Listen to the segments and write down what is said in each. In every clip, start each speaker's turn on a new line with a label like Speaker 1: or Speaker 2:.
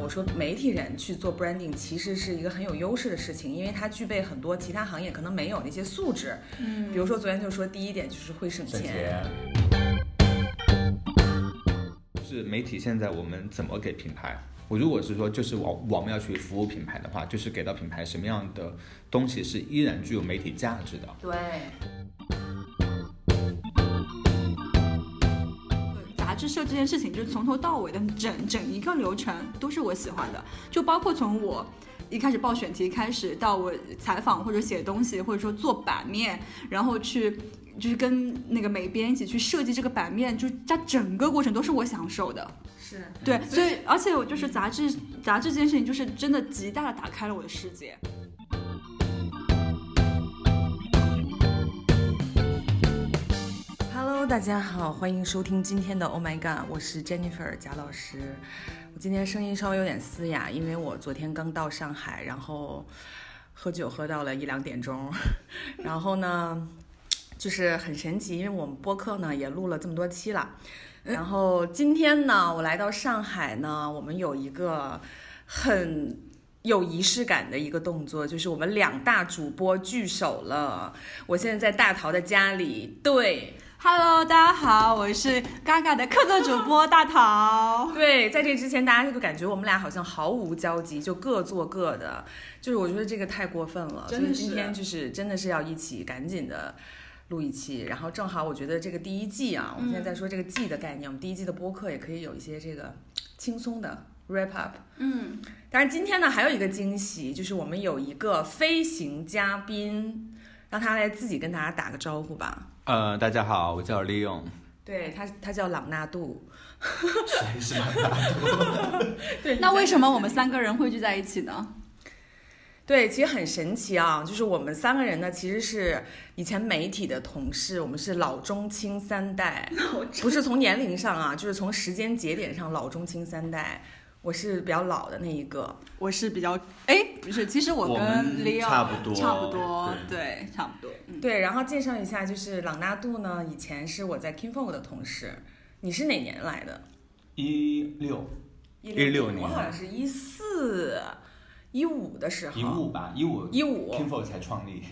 Speaker 1: 我说媒体人去做 branding 其实是一个很有优势的事情，因为它具备很多其他行业可能没有的一些素质。
Speaker 2: 嗯，
Speaker 1: 比如说昨天就说第一点就是会省
Speaker 3: 省
Speaker 1: 钱，
Speaker 3: 钱。
Speaker 4: 就是媒体现在我们怎么给品牌？我如果是说，就是我我们要去服务品牌的话，就是给到品牌什么样的东西是依然具有媒体价值的。
Speaker 2: 对。杂志社这件事情，就是从头到尾的整整一个流程都是我喜欢的，就包括从我一开始报选题开始，到我采访或者写东西，或者说做版面，然后去就是跟那个美编一起去设计这个版面，就是它整个过程都是我享受的。
Speaker 1: 是
Speaker 2: 对，所以而且我就是杂志杂志这件事情，就是真的极大的打开了我的世界。
Speaker 1: Hello，大家好，欢迎收听今天的 Oh My God，我是 Jennifer 贾老师。我今天声音稍微有点嘶哑，因为我昨天刚到上海，然后喝酒喝到了一两点钟， 然后呢，就是很神奇，因为我们播客呢也录了这么多期了，然后今天呢，我来到上海呢，我们有一个很。有仪式感的一个动作，就是我们两大主播聚首了。我现在在大陶的家里，对，
Speaker 2: Hello，大家好，我是嘎嘎的客座主播大桃。
Speaker 1: 对，在这之前，大家就感觉我们俩好像毫无交集，就各做各的。就是我觉得这个太过分了，
Speaker 2: 真
Speaker 1: 所以
Speaker 2: 的是
Speaker 1: 今天就是真的是要一起赶紧的录一期。然后正好我觉得这个第一季啊，我们现在在说这个季的概念，我们第一季的播客也可以有一些这个轻松的 wrap up。
Speaker 2: 嗯，
Speaker 1: 但是今天呢，还有一个惊喜，就是我们有一个飞行嘉宾，让他来自己跟大家打个招呼吧。
Speaker 4: 呃，大家好，我叫 Leon，
Speaker 1: 对他，他叫朗纳度。
Speaker 3: 谁是吧？
Speaker 1: 对，
Speaker 2: 那为什么我们三个人汇聚在一起呢？
Speaker 1: 对，其实很神奇啊，就是我们三个人呢，其实是以前媒体的同事，我们是老中青三 代，不是从年龄上啊，就是从时间节点上老中青三代。我是比较老的那一个，
Speaker 2: 我是比较，哎，不是，其实我
Speaker 3: 我
Speaker 2: 跟
Speaker 3: 们
Speaker 2: Leo
Speaker 3: 差不多
Speaker 2: 差不多，
Speaker 3: 对
Speaker 2: 对，差不多。嗯，
Speaker 1: 对。然后介绍一下，就是朗纳度呢，以前是我在 King Folk 的同事。你是哪年来的？
Speaker 3: 一六
Speaker 4: 16年
Speaker 1: 我好像是一四一五的时
Speaker 3: 一
Speaker 1: 候，
Speaker 3: 五吧，一五
Speaker 1: 一五
Speaker 3: k i n f o 才创立，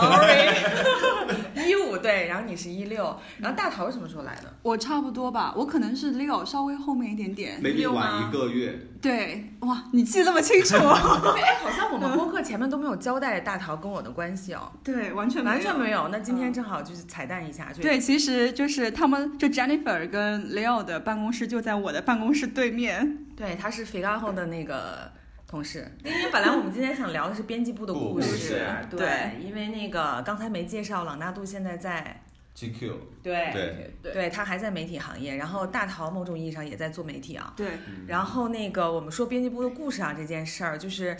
Speaker 1: OK，Sorry，一五对，然后你是一六，然后大桃是什么时候来的？
Speaker 2: 我差不多吧，我可能是 Leo 稍微后面一点点。
Speaker 4: 每
Speaker 1: Maybe 六吗晚一
Speaker 4: 个月。
Speaker 2: 对，哇，你记得那么清 楚？
Speaker 1: 哎，好像我们播客前面都没有交代大桃跟我的关系 哦，
Speaker 2: 对，完全
Speaker 1: 完全没有。那今天正好就是彩蛋一下，就
Speaker 2: 对，其实就是他们，就 Jennifer 跟 Leo 的办公室就在我的办公室对面。
Speaker 1: 对，他是肥干后的那个同事，因为本来我们今天想聊的是编辑部的
Speaker 3: 故
Speaker 1: 故事
Speaker 3: 事，
Speaker 1: 对，
Speaker 2: 对
Speaker 1: 因为那个刚才没介绍，朗纳度现在在
Speaker 3: GQ
Speaker 1: 对
Speaker 3: 对
Speaker 1: 对他还在媒体行业，然后大桃某种意义上也在做媒体啊，
Speaker 2: 对，
Speaker 4: 嗯
Speaker 1: 然后那个我们说编辑部的故事啊这件事儿，就是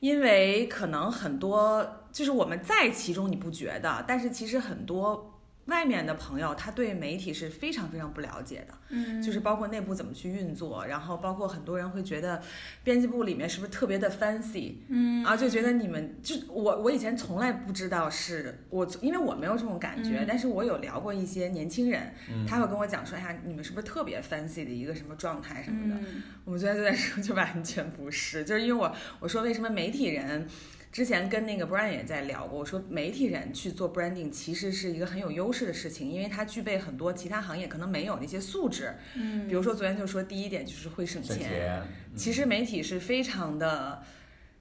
Speaker 1: 因为可能很多就是我们在其中你不觉得，但是其实很多。外面的朋友，他对媒体是非常非常不了解的，
Speaker 2: 嗯
Speaker 1: 就是包括内部怎么去运作，然后包括很多人会觉得，编辑部里面是不是特别的 fancy，
Speaker 2: 嗯
Speaker 1: 然后就觉得你们就我我以前从来不知道是我，因为我没有这种感觉，
Speaker 2: 嗯
Speaker 1: 但是我有聊过一些年轻人，他会跟我讲说，哎呀，你们是不是特别 fancy 的一个什么状态什么的？
Speaker 2: 嗯
Speaker 1: 我们昨天就在说，就完全不是，就是因为我我说为什么媒体人。之前跟那个 Brian 也在聊过，我说媒体人去做 branding 其实是一个很有优势的事情，因为它具备很多其他行业可能没有的一些素质。
Speaker 2: 嗯
Speaker 1: 比如说昨天就说第一点就是会省
Speaker 3: 省
Speaker 4: 嗯
Speaker 3: 钱，
Speaker 1: 其实媒体是非常的，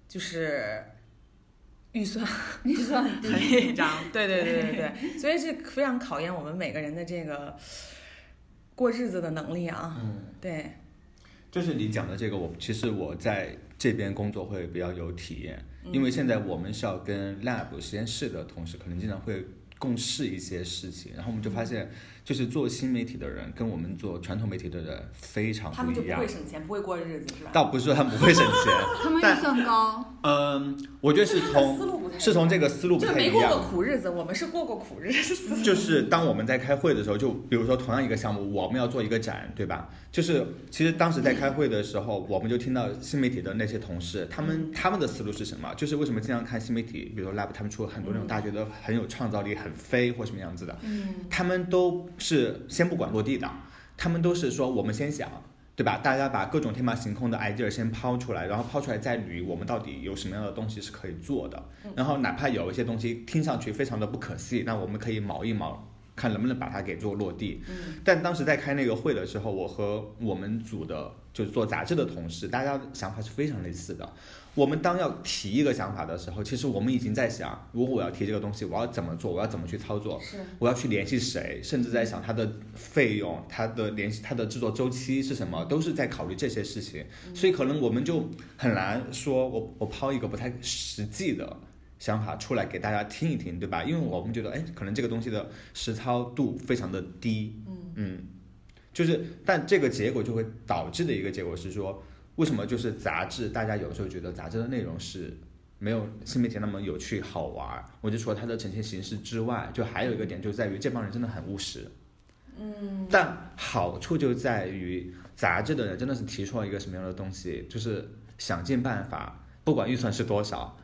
Speaker 1: 就是预算
Speaker 2: 预算很
Speaker 1: 很紧张，对对对对 对，所以是非常考验我们每个人的这个过日子的能力啊。
Speaker 3: 嗯，
Speaker 1: 对，
Speaker 4: 就是你讲的这个，我其实我在这边工作会比较有体验，
Speaker 1: 嗯
Speaker 4: 因为现在我们是要跟 lab 实验室的同事，可能经常会共事一些事情，然后我们就发现，就是做新媒体的人跟我们做传统媒体的人非常
Speaker 1: 他们就
Speaker 4: 啊不一
Speaker 1: 不
Speaker 4: 样
Speaker 1: 会。省钱，不会过日子是吧？
Speaker 4: 倒不是说他们不会省钱，
Speaker 2: 他们预算高，
Speaker 4: 嗯，我觉得是
Speaker 1: 就是他们思路不太一
Speaker 4: 从
Speaker 1: 样
Speaker 4: 是从这个思路不
Speaker 1: 就
Speaker 4: 太
Speaker 1: 没
Speaker 4: 一
Speaker 1: 过
Speaker 4: 样
Speaker 1: 过。苦日子，我们是过过苦日 子。
Speaker 4: 就是当我们在开会的时候，就比如说同样一个项目，我们要做一个展，对吧？就是其实当时在开会的时候，我们就听到新媒体的那些同事，他们他们的思路是什么？就是为什么经常看新媒体，比如说 Lab，他们出了很多那种大家觉得很有创造力、很飞或什么样子的，
Speaker 1: 嗯，
Speaker 4: 他们都是先不管落地的，他们都是说我们先想。对吧？大家把各种天马行空的 idea 先抛出来，然后抛出来再捋我们到底有什么样的东西是可以做的。然后哪怕有一些东西听上去非常的不可思议，那我们可以毛一毛，看能不能把它给做落地。但当时在开那个会的时候，我和我们组的就是做杂志的同事，大家想法是非常类似的。我们当要提一个想法的时候，其实我们已经在想，如果我要提这个东西，我要怎么做，我要怎么去操作，
Speaker 1: 是
Speaker 4: 我要去联系谁，甚至在想它的费用、它的联系、它的制作周期是什么，都是在考虑这些事情。所以可能我们就很难说我我抛一个不太实际的想法出来给大家听一听，对吧？因为我们觉得，哎，可能这个东西的实操度非常的低，嗯就是，但这个结果就会导致的一个结果是说，为什么就是杂志，大家有时候觉得杂志的内容是没有新媒体那么有趣好玩儿？我就除了它的呈现形式之外，就还有一个点就在于这帮人真的很务实，嗯，但好处就在于杂志的人真的是提出了一个什么样的东西，就是想尽办法，不管预算是多少，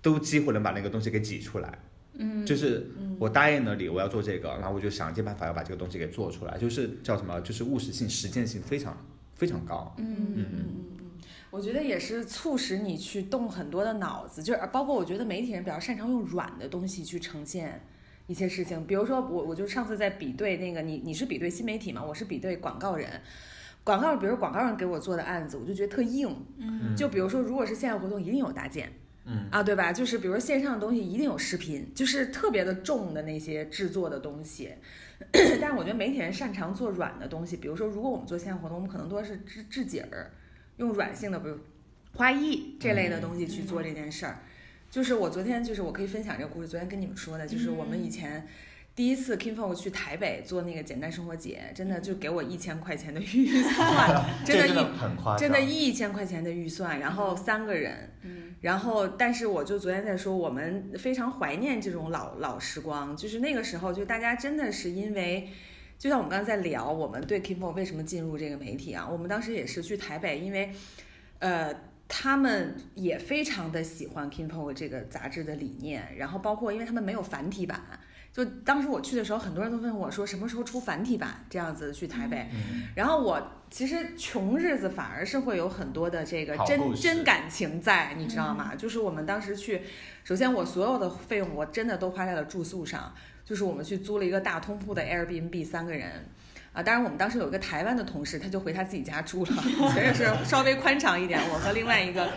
Speaker 4: 都几乎能把那个东西给挤出来。嗯，就是我答应了你，我要做这个，然后我就想尽办法要把这个东西给做出来，就是叫什么，就是务实性、实践性非常非常高。
Speaker 1: 嗯
Speaker 2: 嗯
Speaker 1: 我觉得也是促使你去动很多的脑子，就是呃包括我觉得媒体人比较擅长用软的东西去呈现一些事情，比如说我我就上次在比对那个你你是比对新媒体嘛，我是比对广告人。广告，比如广告人给我做的案子，我就觉得特硬。嗯，就比如说，如果是线下活动，一定有搭建。嗯啊，对吧？就是比如线上的东西，一定有视频，就是特别的重的那些制作的东西。 但是我觉得媒体人擅长做软的东西，比如说，如果我们做线下活动，我们可能多是制制景儿，用软性的，比如花艺这类的东西去做这件事儿。就是我昨天，就是我可以分享这个故事，昨天跟你们说的，就是我们以前第一次 k i n f o 去台北做那个简单生活节，真的就给我一千块钱的预 算，真
Speaker 3: 这
Speaker 1: 的
Speaker 3: 真
Speaker 1: 一
Speaker 3: 的很夸张，
Speaker 1: 真的，一千块钱的预算，然后三个人，然后但是我就昨天在说，我们非常怀念这种老老时光，就是那个时候，就大家真的是因为。就像我们刚才在聊，我们对 Kimbo 为什么进入这个媒体啊？我们当时也是去台北，因为，呃，他们也非常的喜欢 Kimbo 这个杂志的理念，然后包括因为他们没有繁体版，就当时我去的时候，很多人都问我说什么时候出繁体版，这样子去台北，
Speaker 3: 嗯
Speaker 1: 然后我其实穷日子反而是会有很多的这个
Speaker 3: 好
Speaker 1: 真
Speaker 3: 故事嗯
Speaker 1: 真感情在，你知道吗？就是我们当时去，首先我所有的费用我真的都花在了住宿上，就是我们去租了一个大通铺的 Airbnb，三个人。啊，当然，我们当时有一个台湾的同事，他就回他自己家住 了，所以是稍微宽敞一点。我和另外一个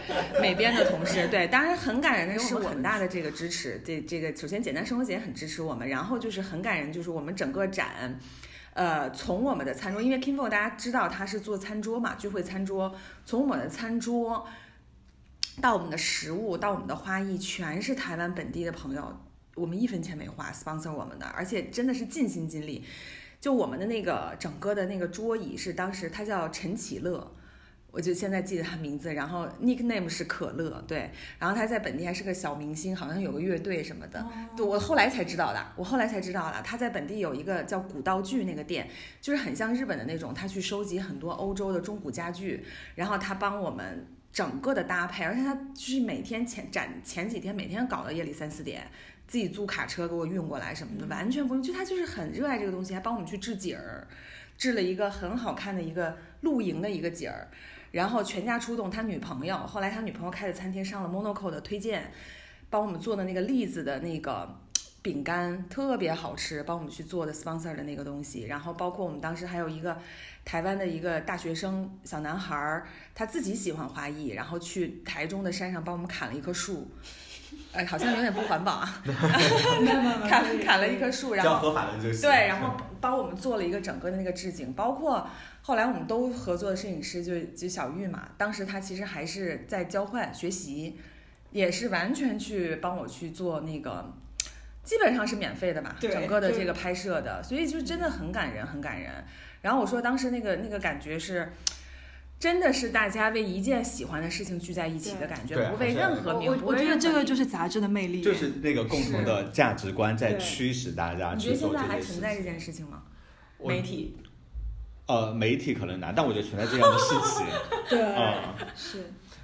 Speaker 1: 美编的同事，对，当然很感人的是我很大的这个支持。这这个，首先简单生活节很支持我们，然后就是很感人，就是我们整个展，呃，从我们的餐桌，因为 Kimbo 大家知道他是做餐桌嘛，聚会餐桌，从我们的餐桌到我们的食物，到我们的花艺，全是台湾本地的朋友，我们一分钱没花，sponsor 我们的，而且真的是尽心尽力。就我们的那个整个的那个桌椅是当时他叫陈启乐。我就现在记得他名字，然后 nickname 是可乐，对，然后他在本地还是个小明星，好像有个乐队什么的，对我后来才知道的，我后来才知道的，他在本地有一个叫古道具那个店，就是很像日本的那种，他去收集很多欧洲的中古家具，然后他帮我们整个的搭配，而且他就是每天前展前几天每天搞到夜里三四点，自己租卡车给我运过来什么的，完全不用，就他就是很热爱这个东西，还帮我们去制景儿，制了一个很好看的一个露营的一个景儿。然后全家出动，他女朋友，后来他女朋友开的餐厅上了 Monaco 的推荐，帮我们做的那个栗子的那个饼干特别好吃，帮我们去做的 sponsor 的那个东西，然后包括我们当时还有一个台湾的一个大学生小男孩儿，他自己喜欢花艺，然后去台中的山上帮我们砍了一棵树，哎，好像有点不环保啊，
Speaker 2: 嗯
Speaker 1: 砍砍了一棵树，然
Speaker 3: 只要
Speaker 1: 后
Speaker 3: 合法的就行。
Speaker 1: 对，然
Speaker 4: 嗯
Speaker 1: 后帮我们做了一个整个的那个置景，包括后来我们都合作的摄影师就就小玉嘛，当时她其实还是在交换学习，也是完全去帮我去做那个，基本上是免费的嘛，
Speaker 2: 对
Speaker 1: 整个的
Speaker 2: 就
Speaker 1: 这个拍摄的，所以就真的很感人，很感人。然后我说当时那个那个感觉是。真的是大家为一件喜欢的事情聚在一起的
Speaker 2: 对
Speaker 1: 感
Speaker 3: 对
Speaker 1: 觉，不为任何
Speaker 2: 我
Speaker 1: 名，
Speaker 2: 我
Speaker 1: 不
Speaker 2: 我
Speaker 1: 为
Speaker 2: 觉得
Speaker 1: 任
Speaker 2: 这
Speaker 1: 何
Speaker 2: 个就是杂志的魅力，
Speaker 4: 就是那个共同的价值观在
Speaker 2: 对
Speaker 4: 驱使大家
Speaker 1: 你觉
Speaker 4: 去
Speaker 1: 得现
Speaker 4: 做
Speaker 1: 在
Speaker 4: 这
Speaker 1: 还
Speaker 4: 些事
Speaker 1: 存
Speaker 4: 情。
Speaker 1: 在这件事情吗？
Speaker 4: 我
Speaker 1: 媒体
Speaker 4: 呃，媒体可能难，但我觉得存在这样的事情。
Speaker 2: 对，
Speaker 4: 嗯，
Speaker 2: 是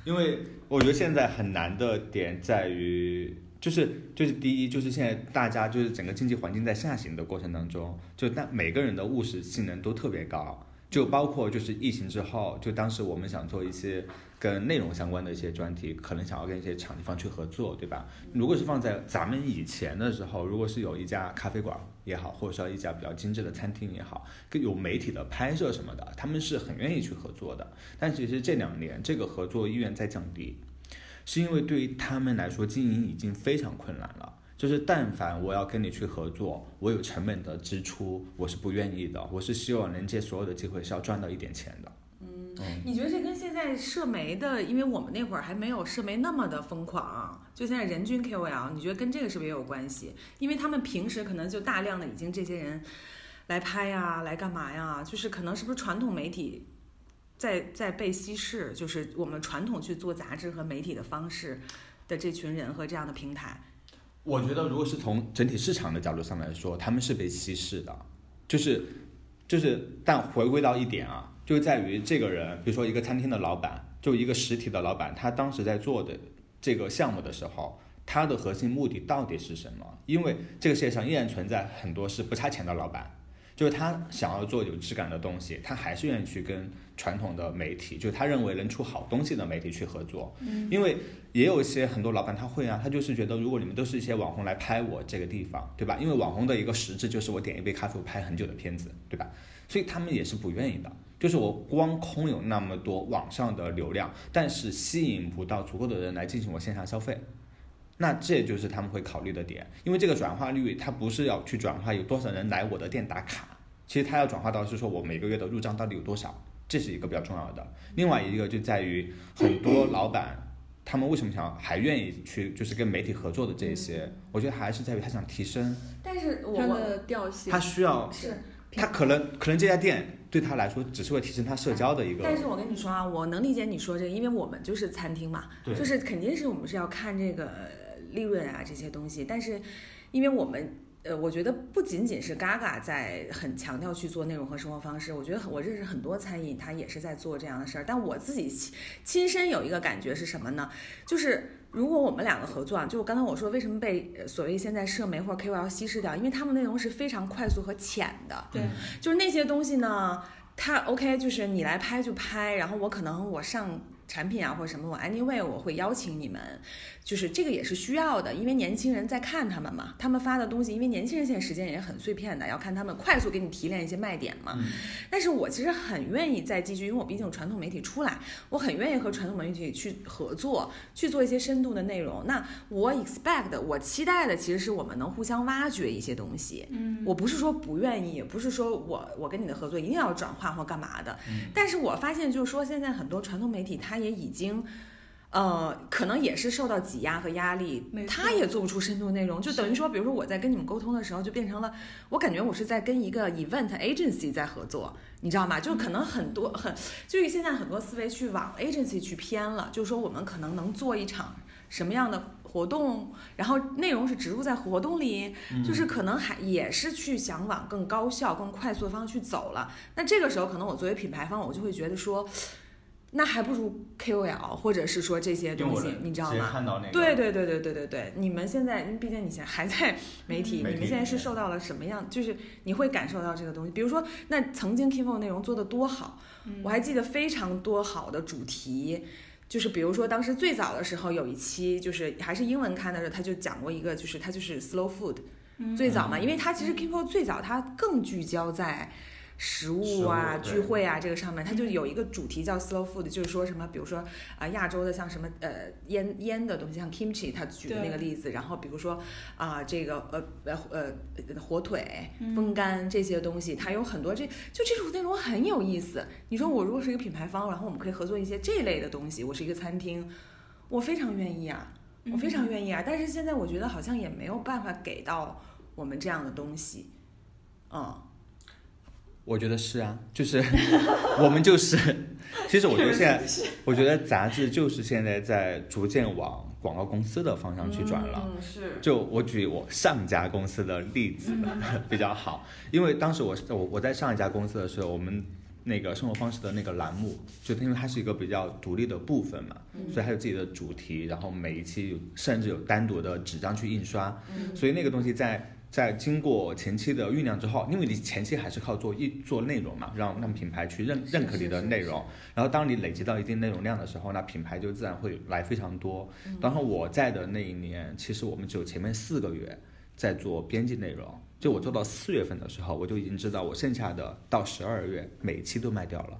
Speaker 4: 因为我觉得现在很难的点在于，就是就是第一，就是现在大家就是整个经济环境在下行的过程当中，就但每个人的务实性能都特别高，就包括就是疫情之后，就当时我们想做一些跟内容相关的一些专题，可能想要跟一些厂地方去合作，对吧？如果是放在咱们以前的时候，如果是有一家咖啡馆也好，或者说一家比较精致的餐厅也好，跟有媒体的拍摄什么的，他们是很愿意去合作的。但其实这两年这个合作意愿在降低，是因为对于他们来说经营已经非常困难了。就是但凡我要跟你去合作，我有成本的支出，我是不愿意的。我是希望能借所有的机会是要赚到一点钱的。
Speaker 1: 你觉得这跟现在社媒的，因为我们那会儿还没有社媒那么的疯狂啊，就现在人均 KOL，你觉得跟这个是不是也有关系？因为他们平时可能就大量的已经这些人来拍呀，来干嘛呀？就是可能是不是传统媒体在在被稀释，就是我们传统去做杂志和媒体的方式的这群人和这样的平台，
Speaker 4: 我觉得，如果是从整体市场的角度上来说，他们是被稀释的，就是就是，但回归到一点啊，就在于这个人，比如说一个餐厅的老板，就一个实体的老板，他当时在做的这个项目的时候，他的核心目的到底是什么？因为这个世界上依然存在很多是不差钱的老板。就是他想要做有质感的东西，他还是愿意去跟传统的媒体，就是他认为能出好东西的媒体去合作。嗯、因为也有一些很多老板他会啊，他就是觉得如果你们都是一些网红来拍我这个地方，对吧？因为网红的一个实质就是我点一杯咖啡，我拍很久的片子，对吧？所以他们也是不愿意的。就是我光空有那么多网上的流量，但是吸引不到足够的人来进行我线下消费，那这就是他们会考虑的点。因为这个转化率，它不是要去转化有多少人来我的店打卡，其实它要转化到是说我每个月的入账到底有多少，这是一个比较重要的。另外一个就在于很多老板。他们为什么想要还愿意去，就是跟媒体合作的这些，
Speaker 1: 嗯
Speaker 4: 我觉得还是在于他想提升，
Speaker 1: 但是我
Speaker 2: 它
Speaker 1: 我
Speaker 2: 的调性
Speaker 4: 他需要
Speaker 1: 是
Speaker 4: 他可能可能这家店对他来说只是会提升他社交的一个，
Speaker 1: 但是我跟你说啊，我能理解你说这个，因为我们就是餐厅嘛，
Speaker 3: 对
Speaker 1: 就是肯定是我们是要看这个利润啊这些东西，但是因为我们。呃，我觉得不仅仅是 Gaga 在很强调去做内容和生活方式，我觉得我认识很多餐饮，他也是在做这样的事儿。但我自己亲亲身有一个感觉是什么呢？就是如果我们两个合作啊，就我刚才我说为什么被呃所谓现在社媒或者 KOL 稀释掉，因为他们内容是非常快速和浅的，
Speaker 2: 对，
Speaker 1: 就是那些东西呢，它 OK，就是你来拍就拍，然后我可能我上产品啊或者什么，我 anyway 我会邀请你们，就是这个也是需要的，因为年轻人在看他们嘛，他们发的东西，因为年轻人现在时间也很碎片的，要看他们快速给你提炼一些卖点
Speaker 4: 嗯
Speaker 1: 嘛。但是我其实很愿意再继续，因为我毕竟传统媒体出来，我很愿意和传统媒体去合作，去做一些深度的内容。那我 expect 的我期待的其实是我们能互相挖掘一些东西，
Speaker 2: 嗯
Speaker 1: 我不是说不愿意，也不是说我我跟你的合作一定要转化或干嘛的，
Speaker 2: 嗯
Speaker 1: 但是我发现就是说现在很多传统媒体它也已经。呃，可能也是受到挤压和压力
Speaker 2: 没，错
Speaker 1: 他也做不出深度内容，就等于说，比如说我在跟你们沟通的时候，就变成了我感觉我是在跟一个 event agency 在合作，你知道吗？就可能很多很，就是现在很多思维去往 agency 去偏了，就是说我们可能能做一场什么样的活动，然后内容是植入在活动里，就是
Speaker 3: 嗯
Speaker 1: 可能还也是去想往更高效、更快速的方向去走了。那这个时候，可能我作为品牌方，我就会觉得说，那还不如 KOL 或者是说这些
Speaker 3: 因为
Speaker 1: 东
Speaker 3: 我
Speaker 1: 西，你知道
Speaker 3: 直接
Speaker 1: 吗？
Speaker 3: 看到那个，
Speaker 1: 对对对对对对对，你们现在，因为毕竟你现在还在媒体，
Speaker 3: 嗯媒
Speaker 1: 你
Speaker 3: 体
Speaker 1: 们现在是受到了什么样？就是你会感受到这个东西。比如说，那曾经 Kivo 内容做的多好，
Speaker 2: 嗯
Speaker 1: 我还记得非常多好的主题。就是比如说，当时最早的时候有一期，就是还是英文刊的时候，他就讲过一个，就是他就是 slow food，、最
Speaker 2: 嗯
Speaker 1: 早嘛，因为他其实 Kivo 最早他更聚焦在食物啊、
Speaker 3: 食物
Speaker 1: 聚
Speaker 3: 对
Speaker 1: 会啊这个上面，他就有一个主题叫 slow food，就是说什么，比如说啊，亚洲的像什么呃腌腌的东西，像 kimchi，他举的那个例子，然后比如说啊、这个呃呃呃火腿、风干这些东西，它有很多这就这种内容很有意思。你说我如果是一个品牌方，然后我们可以合作一些这类的东西，我是一个餐厅，我非常愿意啊，我非常愿意啊。但是现在我觉得好像也没有办法给到我们这样的东西，嗯，
Speaker 4: 我觉得是啊，就是 我们就是，其实我觉得现在， 我觉得杂志就是现在在逐渐往广告公司的方向去转了。
Speaker 1: 嗯是
Speaker 4: 就我举我上家公司的例子、 比较好，因为当时我是我我在上一家公司的时候，我们那个生活方式的那个栏目，就因为它是一个比较独立的部分嘛，
Speaker 1: 嗯
Speaker 4: 所以它有自己的
Speaker 1: 嗯
Speaker 4: 主题，然后每一期有甚至有单独的纸张去印刷，所以那个东西在在经过前期的酝酿之后，因为你前期还是靠做一做内容嘛，让让品牌去认
Speaker 1: 是
Speaker 4: 认可你
Speaker 1: 是
Speaker 4: 的
Speaker 1: 是
Speaker 4: 内容。然后当你累积到一定内容量的时候，那品牌就自然会来非常多。
Speaker 1: 嗯
Speaker 4: 然后我在的那一年，其实我们只有前面四个月在做编辑内容，就我做到四月份的时候，我就已经知道我剩下的到十二月每一期都卖掉了。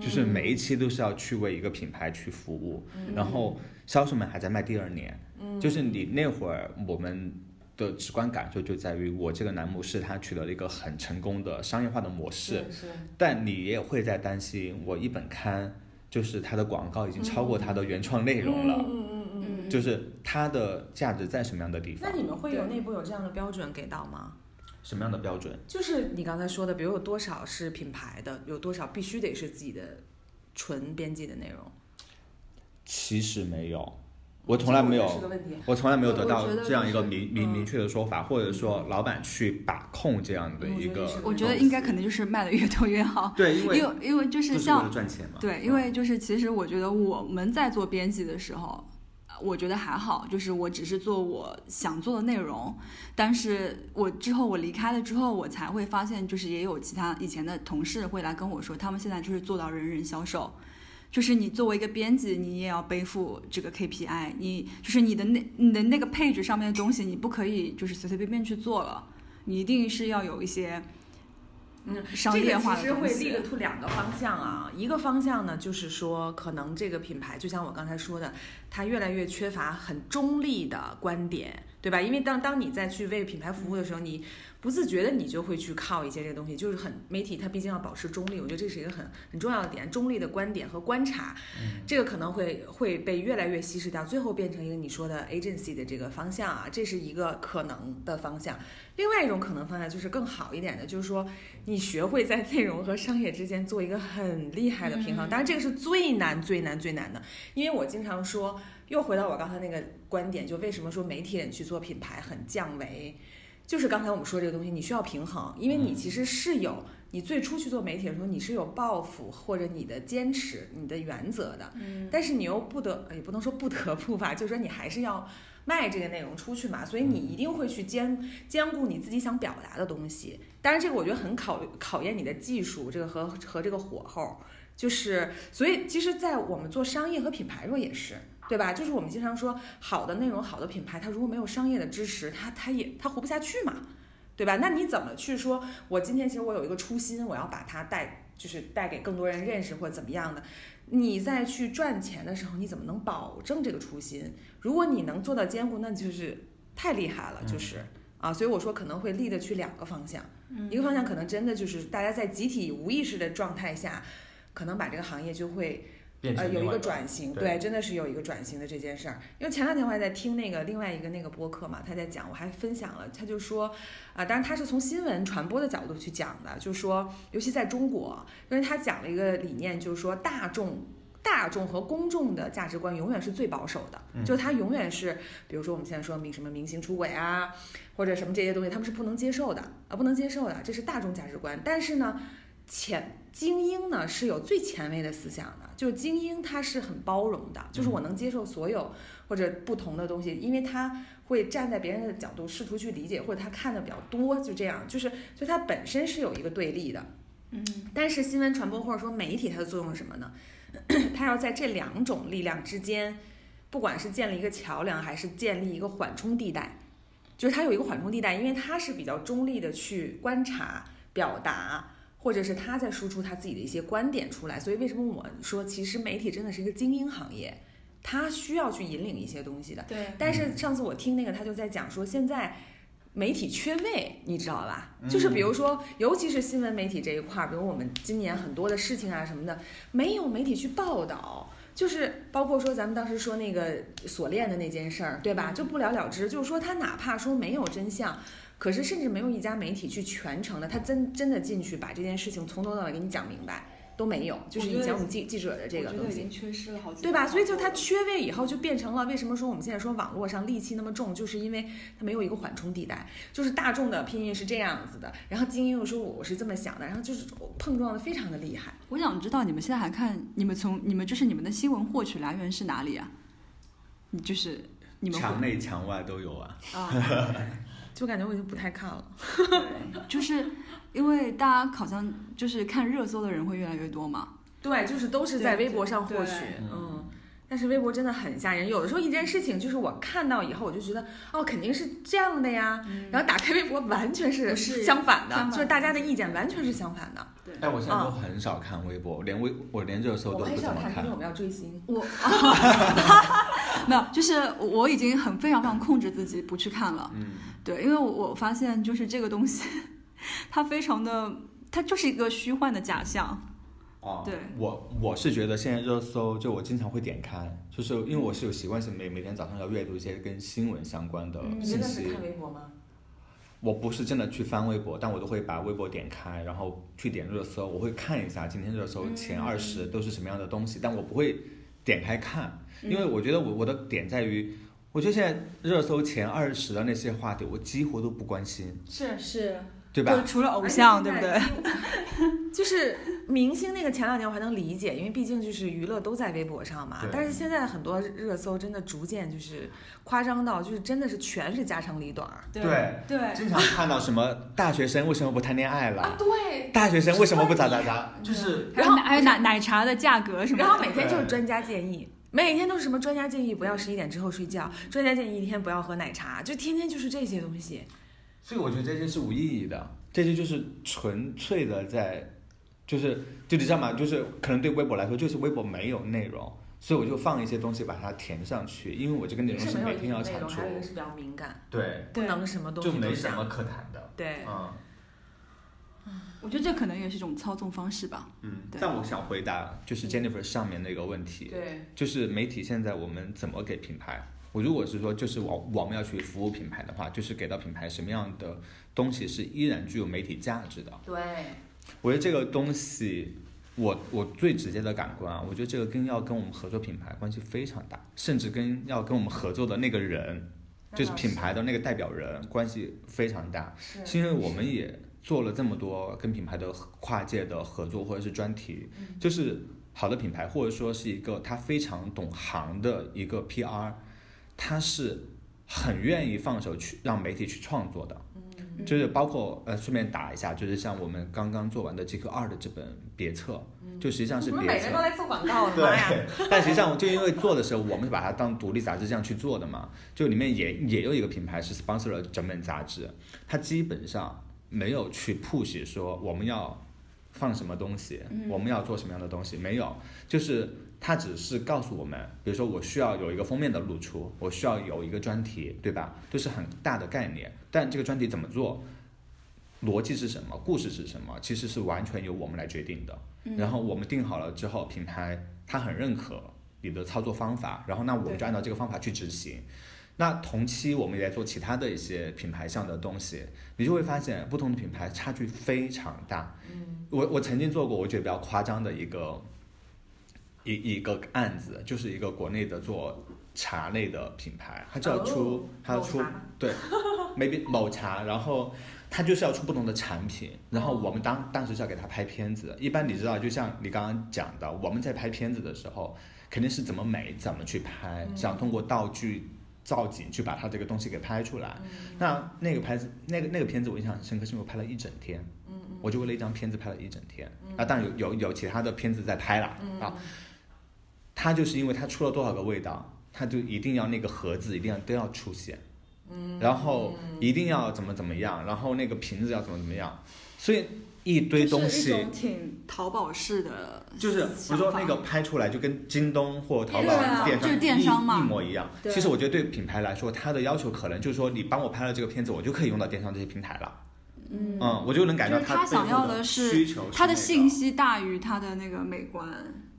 Speaker 4: 就是
Speaker 1: 嗯
Speaker 4: 每一期都是要去为一个品牌去服务，然后销售们还在卖第二年，
Speaker 1: 嗯
Speaker 4: 就是你那会儿我们的直观感受就在于，我这个栏目是它取得了一个很成功的商业化的模式，
Speaker 1: 是，
Speaker 4: 但你也会在担心，我一本刊就是它的广告已经超过它的原创内容了，
Speaker 1: 嗯嗯嗯嗯。
Speaker 2: 嗯
Speaker 4: 就是它的价值在什么样的地
Speaker 1: 那
Speaker 4: 方，
Speaker 1: 你们会有
Speaker 2: 对
Speaker 1: 内部有这样的标准给到吗？
Speaker 4: 什么样的标准？
Speaker 1: 就是你刚才说的，比如有多少是品牌的，有多少必须得是自己的纯编辑的内容。
Speaker 4: 其实没有，我从来没有
Speaker 1: 这个也是个问题。
Speaker 4: 我从来没有得到
Speaker 2: 我觉得
Speaker 4: 这样一个
Speaker 2: 就是
Speaker 4: 明明
Speaker 2: 嗯
Speaker 4: 明确的说法，或者说老板去把控这样的
Speaker 1: 嗯嗯我
Speaker 4: 一
Speaker 1: 觉得
Speaker 4: 个
Speaker 1: 是，
Speaker 2: 我觉得应该可能就是卖的越多越好，
Speaker 4: 对，因
Speaker 2: 因
Speaker 4: 为
Speaker 2: 为因为就
Speaker 4: 就是是为
Speaker 2: 像
Speaker 4: 了赚钱嘛，
Speaker 2: 对，因为就是其实我觉得我们在做编辑的时候，呃我觉得还好，就是我只是做我想做的内容，但是我之后我离开了之后，我才会发现，就是也有其他以前的同事会来跟我说，他们现在就是做到人人销售。就是你作为一个编辑，你也要背负这个 KPI，你就是你的那你的那个配置上面的东西，你不可以就是随随便便去做了，你一定是要有一些
Speaker 1: 嗯
Speaker 2: 商业化
Speaker 1: 这个其
Speaker 2: 的
Speaker 1: 实
Speaker 2: 东
Speaker 1: 会
Speaker 2: 西。
Speaker 1: 立得出两个方向啊，一个方向呢，就是说可能这个品牌，就像我刚才说的，它越来越缺乏很中立的观点，对吧？因为当当你再去为品牌服务的时候，你不自觉的你就会去靠一些这个东西，就是很媒体它毕竟要保持中立，我觉得这是一个很很重要的点，中立的观点和观察，这个可能会会被越来越稀释掉，最后变成一个你说的 agency 的这个方向啊，这是一个可能的方向。另外一种可能方向就是更好一点的，就是说你学会在内容和商业之间做一个很厉害的平衡。当然，这个是最难、最难、最难的，因为我经常说，又回到我刚才那个观点，就为什么说媒体人去做品牌很降维，就是刚才我们说这个东西，你需要平衡，因为你其实是有。你最初去做媒体的时候，你是有抱负或者你的坚持、你的原则的，
Speaker 2: 嗯
Speaker 1: 但是你又不得，也不能说不得不吧，就是说你还是要卖这个内容出去嘛，所以你一定会去兼兼顾你自己想表达的东西。当然，这个我觉得很考考验你的技术，这个和和这个火候，就是所以其实，在我们做商业和品牌时候也是。对吧？就是我们经常说，好的内容、好的品牌，它如果没有商业的支持，它它也它活不下去嘛，对吧？那你怎么去说？我今天其实我有一个初心，我要把它带，就是带给更多人认识或怎么样的。你在去赚钱的时候，你怎么能保证这个初心？如果你能做到兼顾，那就是太厉害了，就是、啊，所以我说可能会立得去两个方向，一个方向可能真的就是大家在集体无意识的状态下，可能把这个行业就会
Speaker 3: 变
Speaker 1: 呃
Speaker 3: 成
Speaker 1: 有一
Speaker 3: 另外
Speaker 1: 个转型，
Speaker 3: 对
Speaker 1: 对，真的是有一个转型的这件事儿。因为前两天我还在听那个另外一个那个播客嘛，他在讲，我还分享了，他就说啊、当然他是从新闻传播的角度去讲的，就说尤其在中国，因为他讲了一个理念，就是说大众。大众和公众的价值观永远是最保守的，
Speaker 3: 嗯
Speaker 1: 就是他永远是，比如说我们现在说明什么明星出轨啊，或者什么这些东西，他们是不能接受的啊，不能接受的，这是大众价值观。但是呢，前精英呢是有最前卫的思想的，就是精英他是很包容的，就是我能接受所有或者不同的东西，因为他会站在别人的角度试图去理解，或者他看的比较多，就这样，就是所以他本身是有一个对立的。
Speaker 2: 嗯
Speaker 1: 但是新闻传播或者说媒体它的作用是什么呢？ 它要在这两种力量之间，不管是建立一个桥梁，还是建立一个缓冲地带，就是它有一个缓冲地带，因为它是比较中立的去观察、表达，或者是他在输出他自己的一些观点出来。所以为什么我说其实媒体真的是一个精英行业，它需要去引领一些东西的。
Speaker 2: 对，
Speaker 1: 但是上次我听那个他就在讲说，现在媒体缺位，你知道吧？就是比如说，尤其是新闻媒体这一块儿，比如我们今年很多的事情啊什么的，没有媒体去报道。就是包括说咱们当时说那个锁链的那件事儿，对吧？
Speaker 2: 嗯
Speaker 1: 就不了了之。就是说他哪怕说没有真相，可是甚至没有一家媒体去全程的，他真真的进去把这件事情从头到尾给你讲明白都没有。就是
Speaker 2: 我
Speaker 1: 以
Speaker 2: 觉得
Speaker 1: 前我们记记者的这个
Speaker 2: 我觉
Speaker 1: 东
Speaker 2: 得已
Speaker 1: 西，
Speaker 2: 经缺失了好几，
Speaker 1: 对吧？所以就它缺位以后，就变成了为什么说我们现在说网络上戾气那么重，就是因为它没有一个缓冲地带，就是大众的拼音是这样子的，然后精英又说我是这么想的，然后就是碰撞的非常的厉害。
Speaker 2: 我想知道你们现在还看你们从你们就是你们的新闻获取来源是哪里啊？你就是你们会
Speaker 4: 墙内墙外都有啊。
Speaker 2: 啊，
Speaker 1: 就感觉我已经不太看了。
Speaker 2: 就是因为大家好像就是看热搜的人会越来越多嘛，
Speaker 1: 对，就是都是
Speaker 2: 对
Speaker 1: 在微博上获
Speaker 2: 对
Speaker 1: 取，
Speaker 4: 嗯
Speaker 1: 嗯。但是微博真的很吓人，有的时候一件事情就是我看到以后，我就觉得哦，肯定是这样的呀，然后打开微博完全是
Speaker 2: 不是
Speaker 1: 相反的，
Speaker 2: 相反
Speaker 1: 就是大家的意见完全是相反的。
Speaker 4: 哎，我现在都很少看微博，连微我连热搜
Speaker 1: 我
Speaker 4: 都
Speaker 1: 们还
Speaker 4: 不
Speaker 1: 是
Speaker 4: 怎
Speaker 1: 要
Speaker 4: 么
Speaker 1: 看，因为我们要追星。
Speaker 2: 我 没有，就是我已经很非常非常控制自己不去看了，
Speaker 4: 嗯，
Speaker 2: 对，因为我我发现就是这个东西， 它非常的，它就是一个虚幻的假象，
Speaker 4: 哦，
Speaker 2: 对
Speaker 4: 我我是觉得现在热搜就我经常会点开，就是因为我是有习惯性每每天早上要阅读一些跟新闻相关的
Speaker 1: 嗯你真
Speaker 4: 嗯信
Speaker 1: 的
Speaker 4: 息。
Speaker 1: 是看微博吗？
Speaker 4: 我不是真的去翻微博，但我都会把微博点开，然后去点热搜，我会看一下今天热搜前二十都是什么样的东西，但我不会点开看，因为我觉得我我的点在于，我觉得现在热搜前二十的那些话题，我几乎都不关心，
Speaker 1: 是
Speaker 2: 是，
Speaker 4: 对
Speaker 2: 就
Speaker 4: 吧？
Speaker 2: 除了偶像，对不对？？
Speaker 1: 就是明星那个前两年我还能理解，因为毕竟就是娱乐都在微博上嘛
Speaker 4: 对。
Speaker 1: 但是现在很多热搜真的逐渐就是夸张到，就是真的是全是家长里短儿
Speaker 4: 对
Speaker 2: 对，
Speaker 4: 经常看到什么大学生为什么不谈恋爱了，
Speaker 1: 对。
Speaker 4: 大学生为什么不咋咋咋，
Speaker 3: 就是
Speaker 2: 然后还有奶奶茶的价格什么的，
Speaker 1: 然后每天就是专家建议，每天都是什么专家建议不要十一点之后睡觉，专家建议一天不要喝奶茶，就天天就是这些东西。
Speaker 4: 所以我觉得这些是无意义的，这些就是纯粹的在，就是就你知道吗？就是可能对微博来说，就是微博没有内容，所以我就放一些东西把它填上去，因为我这个内容
Speaker 1: 一个是
Speaker 4: 是
Speaker 1: 没有
Speaker 4: 每
Speaker 1: 意义
Speaker 4: 天要
Speaker 1: 的内
Speaker 4: 产
Speaker 1: 容，
Speaker 4: 出
Speaker 1: 还有，一个是比较敏感，
Speaker 4: 对，
Speaker 1: 不
Speaker 2: 对
Speaker 1: 能什么东西
Speaker 4: 就
Speaker 1: 都
Speaker 4: 没什
Speaker 1: 想。
Speaker 4: 么可谈的。
Speaker 1: 对，
Speaker 4: 嗯
Speaker 2: 我觉得这可能也是一种操纵方式吧。
Speaker 4: 嗯
Speaker 2: 对
Speaker 4: 但我想回答就是 Jennifer 上面那个问题，
Speaker 1: 嗯对，
Speaker 4: 就是媒体现在我们怎么给品牌？我如果是说，就是我我们要去服务品牌的话，就是给到品牌什么样的东西是依然具有媒体价值的。
Speaker 1: 对，
Speaker 4: 我觉得这个东西，我我最直接的感官啊，我觉得这个跟要跟我们合作品牌关系非常大，甚至跟要跟我们合作的那个人，
Speaker 1: 那
Speaker 4: 就是
Speaker 1: 倒
Speaker 4: 品牌的那个代表人关系非常大，
Speaker 1: 是
Speaker 4: 是因为我们也做了这么多跟品牌的合跨界的合作或者是专题，
Speaker 1: 嗯
Speaker 4: 就是好的品牌或者说是一个他非常懂行的一个 PR，他是很愿意放手去让媒体去创作的。
Speaker 1: 嗯
Speaker 4: 就是包括呃，顺便打一下，就是像我们刚刚做完的 GQ 二的这本别册，就实际上是
Speaker 1: 嗯我们
Speaker 4: 别
Speaker 1: 每个
Speaker 4: 册
Speaker 1: 人都，来做广告的，妈呀！
Speaker 4: 对， 但实际上就因为做的时候，我们是把它当独立杂志这样去做的嘛，就里面也也有一个品牌是 sponsor 了整本杂志，它基本上没有去 push 说我们要放什么东西，我们要做什么样的东西，没有，就是它只是告诉我们，比如说我需要有一个封面的露出，我需要有一个专题，对吧？都是很大的概念，但这个专题怎么做？逻辑是什么？故事是什么？其实是完全由我们来决定的。
Speaker 1: 嗯
Speaker 4: 然后我们定好了之后，品牌它很认可你的操作方法，然后那我们就按照这个方法去执行。那同期我们也在做其他的一些品牌上的东西，你就会发现不同的品牌差距非常大。嗯，我我曾经做过我觉得比较夸张的一个一一个案子，就是一个国内的做茶类的品牌，它就要出、
Speaker 1: 哦
Speaker 4: 它要
Speaker 1: 抹
Speaker 4: 出
Speaker 1: 茶
Speaker 4: 对，maybe 某茶，然后它就是要出不同的产品，然后我们当当时是要给它拍片子。一般你知道，就像你刚刚讲的，我们在拍片子的时候，肯定是怎么美怎么去拍，想通过道具造景去把它这个东西给拍出来。那那个拍子，那个那个片子我印象很深刻，是因为我拍了一整天，我就为了一张片子拍了一整天。啊，当然有有有其他的片子在拍啦，
Speaker 2: 嗯
Speaker 4: 啊，它就是因为它出了多少个味道，它就一定要那个盒子一定要都要出现，
Speaker 2: 嗯
Speaker 4: 然后一定要怎么怎么样，然后那个瓶子要怎么怎么样，所以一堆东
Speaker 2: 就是
Speaker 4: 西
Speaker 2: 一。种挺淘宝式的想法，
Speaker 4: 就是我说那个拍出来就跟京东或淘宝
Speaker 2: 对啊
Speaker 4: 电商
Speaker 2: 就是电商嘛
Speaker 4: 一一模一样。
Speaker 2: 对
Speaker 4: 其实我觉得对品牌来说，它的要求可能就是说，你帮我拍了这个片子，我就可以用到电商这些平台了。
Speaker 2: 嗯，
Speaker 4: 嗯，我就能感觉
Speaker 2: 就
Speaker 4: 到
Speaker 2: 是他
Speaker 4: 背后
Speaker 2: 想要的是
Speaker 4: 需求是
Speaker 2: 它的
Speaker 4: 那个
Speaker 2: 信息大于它的那个美观，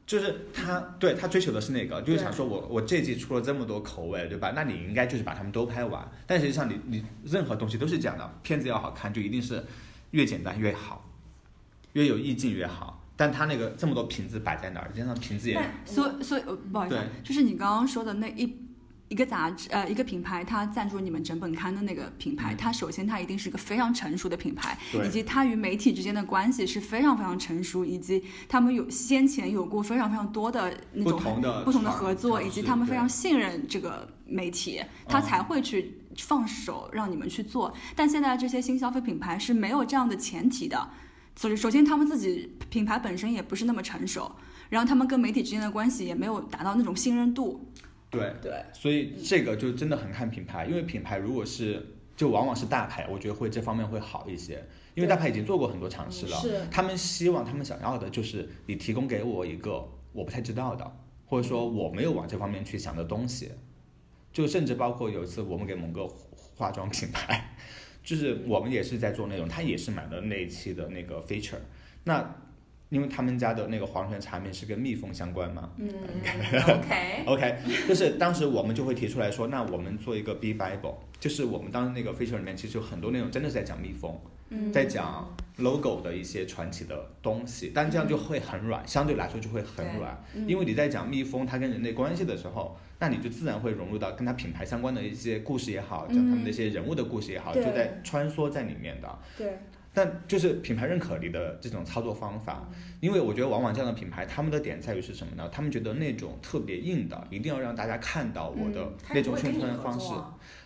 Speaker 4: 就是他对他追求的是那个，就是
Speaker 2: 对
Speaker 4: 想说我我这季出了这么多口味，对吧？那你应该就是把它们都拍完。但实际上你，你任何东西都是这样的，片子要好看，就一定是越简单越好，越有意境越好。但他那个这么多瓶子摆在那儿，加上瓶子也
Speaker 1: 但
Speaker 2: 所以所以呃不好意思啊
Speaker 4: 对，
Speaker 2: 就是你刚刚说的那一一个杂志呃一个品牌，它赞助你们整本刊的那个品牌，它首先它一定是个非常成熟的品牌，
Speaker 4: 嗯对
Speaker 2: 以及它与媒体之间的关系是非常非常成熟，以及他们有先前有过非常非常多的那
Speaker 4: 不
Speaker 2: 种
Speaker 4: 同的
Speaker 2: 不同的
Speaker 4: 场
Speaker 2: 合作，
Speaker 4: 场
Speaker 2: 以及
Speaker 4: 次
Speaker 2: 他们非
Speaker 4: 呃对嗯
Speaker 2: 常信任这个媒体，他才会去放手让你们去做。但现在这些新消费品牌是没有这样的前提的，所以首先他们自己品牌本身也不是那么成熟，然后他们跟媒体之间的关系也没有达到那种信任度。
Speaker 4: 对，
Speaker 2: 对，
Speaker 4: 所以这个就真的很看品牌，因为品牌如果是就往往是大牌，我觉得会这方面会好一些，因为大牌已经做过很多尝试了，
Speaker 2: 嗯是
Speaker 4: 他们希望他们想要的就是你提供给我一个我不太知道的，或者说我没有往这方面去想的东西，就甚至包括有一次我们给某个化妆品牌，就是我们也是在做内容，他也是买了那一期的那个 feature，那。因为他们家的那个黄泉茶面是跟蜜蜂相关嘛，
Speaker 2: 嗯 ，OK，
Speaker 4: OK，就是当时我们就会提出来说，那我们做一个 B Bible，就是我们当时那个 feature 里面其实有很多内容真的是在讲蜜蜂，
Speaker 2: 嗯
Speaker 1: 嗯
Speaker 4: 在讲 logo 的一些传奇的东西，但这样就会很软，相对来说就会很软，因为你在讲蜜蜂它跟人类关系的时候，那你就自然会融入到跟它品牌相关的一些故事也好，讲他们的一些人物的故事也好，就
Speaker 2: 对
Speaker 4: 在穿梭在里面的。
Speaker 2: 对，
Speaker 4: 但就是品牌认可力的这种操作方法，因为我觉得往往这样的品牌，他们的点在于是什么呢？他们觉得那种特别硬的，一定要让大家看到我的
Speaker 2: 嗯
Speaker 4: 那种宣传方式，，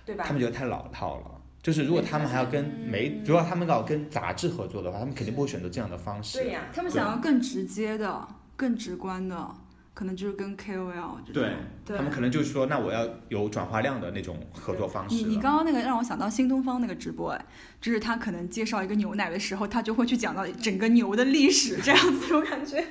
Speaker 1: 对
Speaker 4: 他们觉得太老套了。就是如果他们还要跟
Speaker 2: 嗯
Speaker 4: 媒，如果他们要跟杂志合作的话，他们肯定不会选择这样的方式。
Speaker 1: 呀
Speaker 2: 他们想要更直接的、更直观的，可能就是跟 KOL 这种。
Speaker 4: 对
Speaker 2: 对
Speaker 4: 他们可能就是说，那我要有转化量的那种合作方
Speaker 2: 你
Speaker 4: 式
Speaker 2: 你
Speaker 4: 了。
Speaker 2: 刚刚那个让我想到新东方那个直播，哎，就是他可能介绍一个牛奶的时候，他就会去讲到整个牛的历史这样子，我感觉。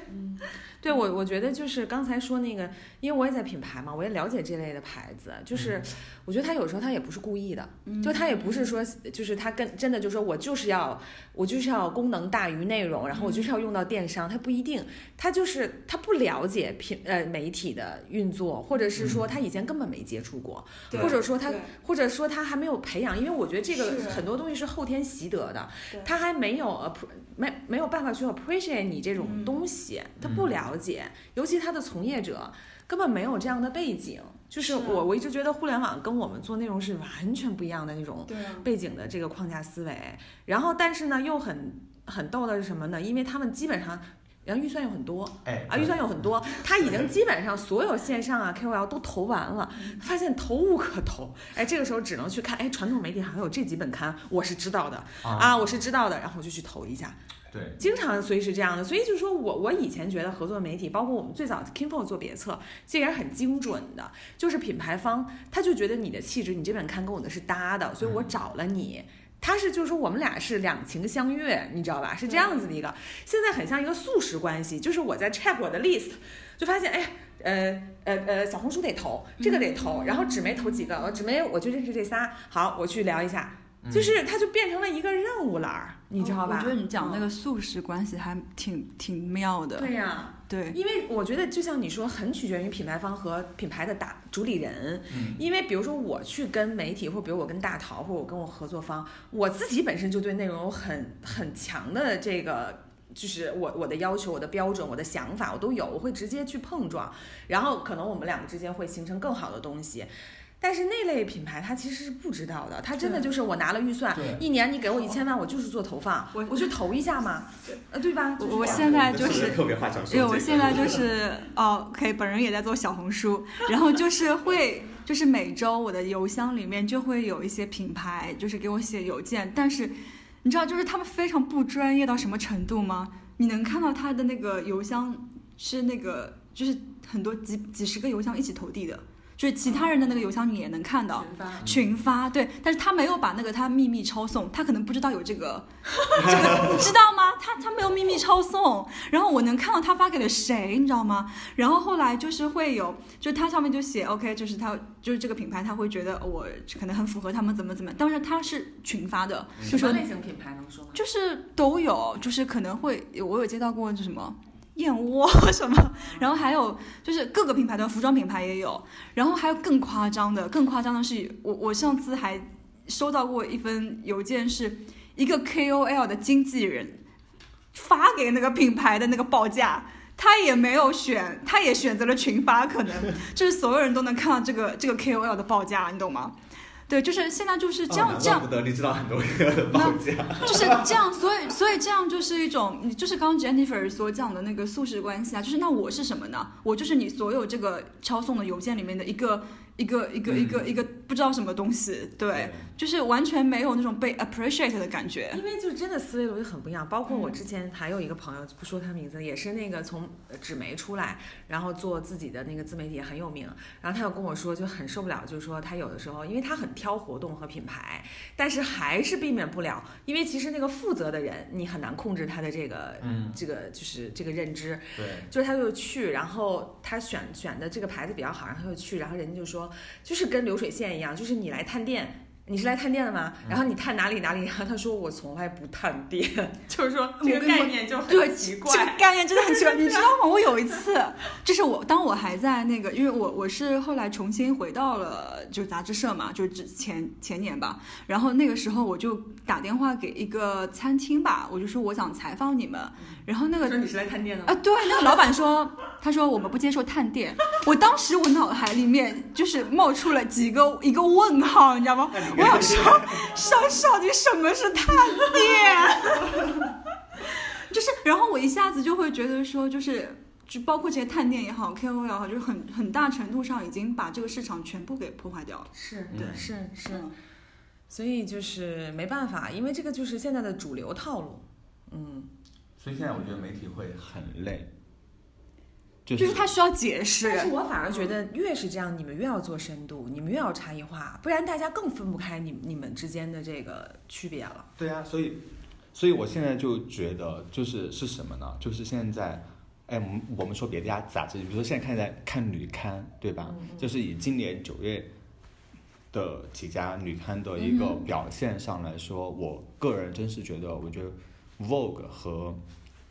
Speaker 1: 对我，我觉得就是刚才说那个，因为我也在品牌嘛，我也了解这类的牌子。
Speaker 4: 嗯
Speaker 1: 就是我觉得他有时候他也不是故意的，
Speaker 2: 嗯
Speaker 1: 就他也不是说，就是他跟真的就说我就是要我就是要功能大于内容，然后我
Speaker 2: 嗯
Speaker 1: 就是要用到电商，他不一定，他就是他不了解品呃媒体的运作，或者是
Speaker 4: 嗯
Speaker 1: 说他以前根本没接触过，
Speaker 2: 对
Speaker 1: 或者说他
Speaker 2: 对
Speaker 1: 或者说他还没有培养，因为我觉得这个
Speaker 2: 是
Speaker 1: 很多东西是后天习得的
Speaker 2: 对，
Speaker 1: 他还没有 appre- 没没有办法去 appreciate 你这种东西，
Speaker 2: 嗯
Speaker 1: 他不了解，尤其他的从业者根本没有这样的背景。就是
Speaker 2: 是啊
Speaker 1: 我我一直觉得互联网跟我们做内容是完全不一样的那种
Speaker 2: 对啊，
Speaker 1: 背景的这个框架思维，然后但是呢又很很逗的是什么呢？因为他们基本上。然后预算又很多
Speaker 3: 哎
Speaker 1: 啊，预算有很多，他已经基本上所有线上啊 KOL 都投完了，发现投无可投，哎，这个时候只能去看，哎，传统媒体还有这几本刊，我是知道的啊，我是知道的，然后我就去投一下，
Speaker 3: 对，
Speaker 1: 经常所以是这样的，所以就是说我我以前觉得合作媒体，包括我们最早 Kimfo 做别册，这也是很精准的，就是品牌方他就觉得你的气质，你这本刊跟我的是搭的，所以我找了你。他是就是说我们俩是两情相悦，你知道吧？是这样子的一个，现在很像一个速食关系，就是我在 check 我的 list，就发现哎。呃呃呃，小红书得投，这个得投，然后纸媒投几个，我纸媒我就认识这仨，好，我去聊一下，就是它就变成了一个任务栏儿，你知道吧？
Speaker 2: 哦我觉得你讲
Speaker 1: 嗯
Speaker 2: 那个素食关系还挺挺妙的。
Speaker 1: 对呀、
Speaker 2: 对
Speaker 1: 因为我觉得就像你说，很取决于品牌方和品牌的打主理人。
Speaker 3: 嗯
Speaker 1: 因为比如说我去跟媒体，或比如我跟大淘，或者我跟我合作方，我自己本身就对内容有很很强的这个。就是我我的要求、我的标准、我的想法，我都有，我会直接去碰撞，然后可能我们两个之间会形成更好的东西。但是那类品牌它其实是不知道的，它真的
Speaker 2: 对
Speaker 1: 就是我拿了预算
Speaker 3: 对，
Speaker 1: 一年你给我一千万，我就是做投放，
Speaker 2: 我
Speaker 1: 我去投一下嘛，呃，对吧？
Speaker 2: 我
Speaker 1: 就是
Speaker 2: 我
Speaker 1: 这样
Speaker 2: 现在就
Speaker 4: 不
Speaker 2: 是
Speaker 4: 特别话想说这
Speaker 2: 对，
Speaker 4: 个。
Speaker 2: 我现 在就是哦，OK，本人也在做小红书，然后就是会，就是每周我的邮箱里面就会有一些品牌，就是给我写邮件，但是你知道，就是他们非常不专业到什么程度吗？你能看到他的那个邮箱是那个，就是很多几几十个邮箱一起投递的，就是其他人的那个邮箱你也能看到。
Speaker 1: 群发
Speaker 2: 群发对，但是他没有把那个他秘密抄送，他可能不知道有这个，这个你知道吗？他他没有秘密抄送，然后我能看到他发给了谁，你知道吗？然后后来就是会有，就他上面就写 OK，就是他就是这个品牌，他会觉得哦我可能很符合他们怎么怎么，但是他是群发的，就
Speaker 1: 嗯什
Speaker 2: 说
Speaker 1: 么类型品牌能说吗？
Speaker 2: 就是都有，就是可能会我有接到过就什么燕窝啊什
Speaker 1: 嗯
Speaker 2: 么，然后还有就是各个品牌的服装品牌也有，然后还有更夸张的，更夸张的是我我上次还收到过一封邮件，是一个 KOL 的经纪人发给那个品牌的那个报价。他也没有选，他也选择了群发，可能就是所有人都能看到这个这个 KOL 的报价，你懂吗？对，就是现在就是这样、
Speaker 4: 哦
Speaker 2: 这样
Speaker 4: 怪不得你知道很多人的报价，
Speaker 2: 就是这样，所以所以这样就是一种，你就是刚刚 Jennifer 所讲的那个素食关系啊，就是那我是什么呢？我就是你所有这个抄送的邮件里面的一个一个一个一个一个不知道什么东西，对，就是完全没有那种被 appreciate 的感觉。
Speaker 1: 因为就真的思维逻辑很不一样。包括我之前还有一个朋友，不说他名字，也是那个从呃纸媒出来，然后做自己的那个自媒体也很有名。然后他又跟我说，就很受不了，就是说他有的时候，因为他很挑活动和品牌，但是还是避免不了，因为其实那个负责的人，你很难控制他的这个。
Speaker 3: 嗯，
Speaker 1: 这个就是这个认知，
Speaker 3: 对，
Speaker 1: 就是他就去，然后他选选的这个牌子比较好，然后他就去，然后人家就说，就是跟流水线一样，就是你来探店，你是来探店的吗？然后你探哪里哪里？然后他说我从来不探店， 就是说
Speaker 2: 我跟你说
Speaker 1: 念就
Speaker 2: 对
Speaker 1: 奇
Speaker 2: 这个概念真的很 奇怪，你知道吗？我有一次，就是我当我还在那个，因为我我是后来重新回到了就是杂志社嘛，就是之前前年吧。然后那个时候我就打电话给一个餐厅吧，我就说我想采访你们。然后那个
Speaker 1: 说 你是来探店的吗？
Speaker 2: 啊，对，那个老板说，他说我们不接受探店。我当时我脑海里面就是冒出了几个一个问号，你知道吗？我想说，上到底什么是探店？ 就是，然后我一下子就会觉得说，就是。就包括这些探店也好，KOL 也好，就是很很大程度上已经把这个市场全部给破坏掉了。
Speaker 1: 是
Speaker 3: 嗯
Speaker 1: 对是是，
Speaker 2: 嗯
Speaker 1: 所以就是没办法，因为这个就是现在的主流套路。嗯，
Speaker 3: 所以现在我觉得媒体会
Speaker 4: 很累，就
Speaker 2: 就是他需要解释
Speaker 1: 但。是我反而觉得越是这样，你们越要做深度，你们越要差异化，不然大家更分不开你你们之间的这个区别了。
Speaker 4: 对啊，所以，所以我现在就觉得，就是是什么呢？就是现在，哎，我们我们说别的家杂志，比如说现在看在看女刊，对吧？
Speaker 2: 嗯
Speaker 4: 就是以今年九月的几家女刊的
Speaker 2: 嗯
Speaker 4: 一个表现上来说，我个人真是觉得，我觉得 Vogue 和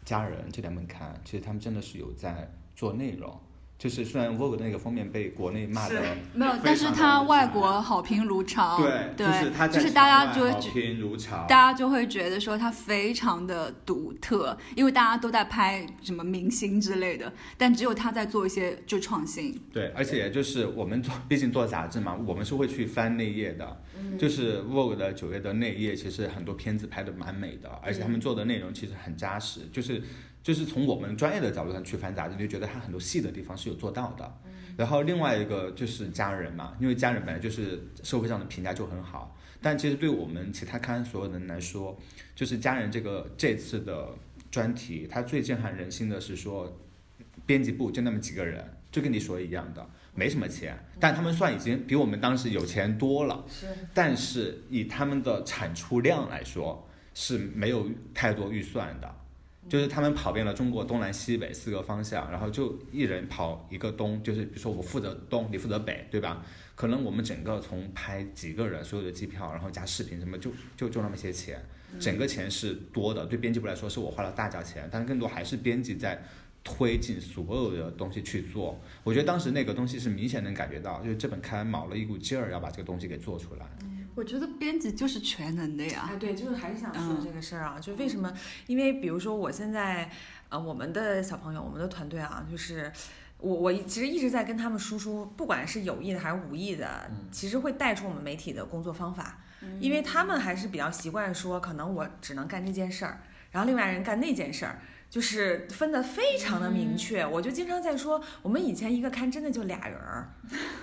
Speaker 4: 家人这两本刊，其实他们真的是有在做内容。就是虽然 Vogue 那个封面被国内骂的，
Speaker 2: 没有
Speaker 4: 非，
Speaker 2: 但是
Speaker 4: 常
Speaker 2: 他
Speaker 4: 难
Speaker 2: 外
Speaker 4: 解
Speaker 2: 国好评如潮，
Speaker 4: 对，就是他在
Speaker 2: 就是大家
Speaker 4: 场
Speaker 2: 就
Speaker 4: 外
Speaker 2: 会
Speaker 4: 好
Speaker 2: 觉
Speaker 4: 评如潮，
Speaker 2: 大家就会觉得说它非常的独特，因为大家都在拍什么明星之类的，但只有他在做一些就创新。
Speaker 4: 对，而且就是我们做，毕竟做杂志嘛，我们是会去翻内页的。就是 Vogue 的九月的内页，其实很多片子拍的蛮美的，而且他们做的内容其实很扎实。就是就是从我们专业的角度上去翻杂志，就觉得它很多细的地方是有做到的。然后另外一个就是家人嘛，因为家人本来就是社会上的评价就很好，但其实对我们其他刊所有人来说，就是家人这个这次的专题，它最震撼人心的是说，编辑部就那么几个人，就跟你说一样的，没什么钱，但他们算已经比我们当时有钱多了。
Speaker 1: 是。
Speaker 4: 但是以他们的产出量来说，是没有太多预算的。就是他们跑遍了中国东南西北四个方向，然后就一人跑一个东，就是比如说我负责东，你负责北，对吧？可能我们整个从拍几个人所有的机票，然后加视频什么，就就就那么些钱，整个钱是多的。对编辑部来说，是我花了大价钱，但更多还是编辑在推进所有的东西去做。我觉得当时那个东西是明显能感觉到，就是这本刊卯了一股劲儿要把这个东西给做出来。
Speaker 2: 我觉得编辑就是全能的呀，
Speaker 1: 啊，对，就是还是想说
Speaker 2: 嗯
Speaker 1: 这个事儿啊，就为什么？因为比如说我现在，呃，我们的小朋友，我们的团队啊，就是我我其实一直在跟他们输出，不管是有意的还是无意的，其实会带出我们媒体的工作方法，因为他们还是比较习惯说，可能我只能干这件事儿，然后另外人干那件事儿。就是分得非常的
Speaker 2: 嗯
Speaker 1: 明确，我就经常在说，我们以前一个刊真的就俩人儿，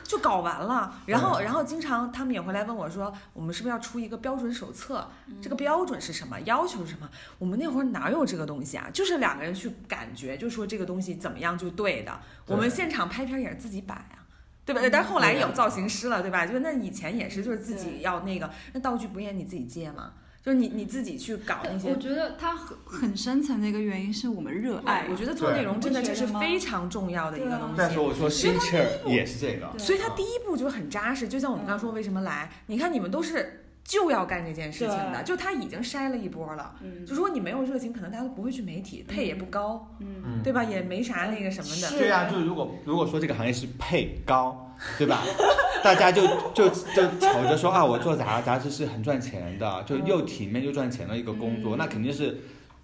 Speaker 1: 就搞完了，然
Speaker 3: 嗯
Speaker 1: 后然后经常他们也会来问我说，我们是不是要出一个标准手册？
Speaker 2: 嗯
Speaker 1: 这个标准是什么？要求是什么？我们那会儿哪有这个东西啊？就是两个人去感觉，就说这个东西怎么样就对的。
Speaker 3: 对
Speaker 1: 我们现场拍片也是自己摆啊，对
Speaker 2: 嗯
Speaker 1: 吧？但是后来
Speaker 3: 对啊
Speaker 1: 有造型师了，对吧？就那以前也是，就是自己
Speaker 2: 对
Speaker 1: 要那个，那道具不也你自己借吗？就是你你自己去搞那些
Speaker 2: 我。觉得它很很深层的一个原因是我们热爱
Speaker 1: 哎，我。觉得做内容真的这是
Speaker 2: 对我觉得吗
Speaker 1: 非常重要的一个
Speaker 2: 对啊
Speaker 1: 东西。
Speaker 4: 再说我说新气儿也是这个，
Speaker 2: 对
Speaker 1: 所以他第一步就很扎实，就像我们刚说为什么来，你看你们都是就要干这件事情的，
Speaker 2: 对
Speaker 1: 就他已经筛了一波了。
Speaker 2: 嗯
Speaker 1: 就如果你没有热情，可能大家都不会去媒体，配也不高，
Speaker 2: 嗯，
Speaker 3: 嗯
Speaker 1: 对吧？也没啥那个什么的。
Speaker 2: 是
Speaker 4: 对啊呀、就是如果如果说这个行业是配高，对吧？ 大家就就就吵着
Speaker 2: 嗯
Speaker 4: 说啊，我做杂杂志是很赚钱的，就又体面又赚钱的一个工作，那肯定是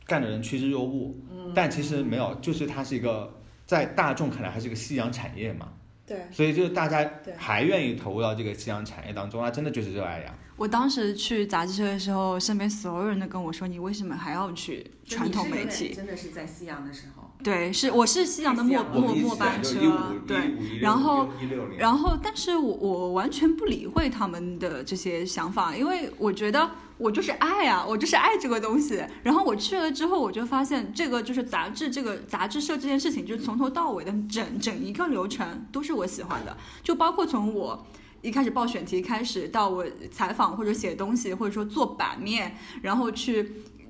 Speaker 4: 干的人趋之若鹜，但其实没有，就是它是一个在大众看来还是一个夕阳产业嘛，
Speaker 2: 对。
Speaker 4: 所以就是大家
Speaker 2: 对
Speaker 4: 还愿意投入到这个夕阳产业当中，那真的就是热爱呀。
Speaker 2: 我当时去杂志社的时候，身边所有人都跟我说：“你为什么还要去传统媒体
Speaker 1: 真的是在夕阳的时候，？”
Speaker 2: 对，是我是夕阳的末
Speaker 1: 我
Speaker 2: 末
Speaker 4: 啊
Speaker 2: 末班车，啊对。然后
Speaker 4: 一六年，
Speaker 2: 然后，但是我我完全不理会他们的这些想法，因为我觉得我就是爱啊，我就是爱这个东西。然后我去了之后，我就发现这个就是杂志，这个杂志社这件事情，就是从头到尾的整整一个流程都是我喜欢的，就包括从我。一开始报选题开始，到我采访或者写东西，或者说做版面，然后去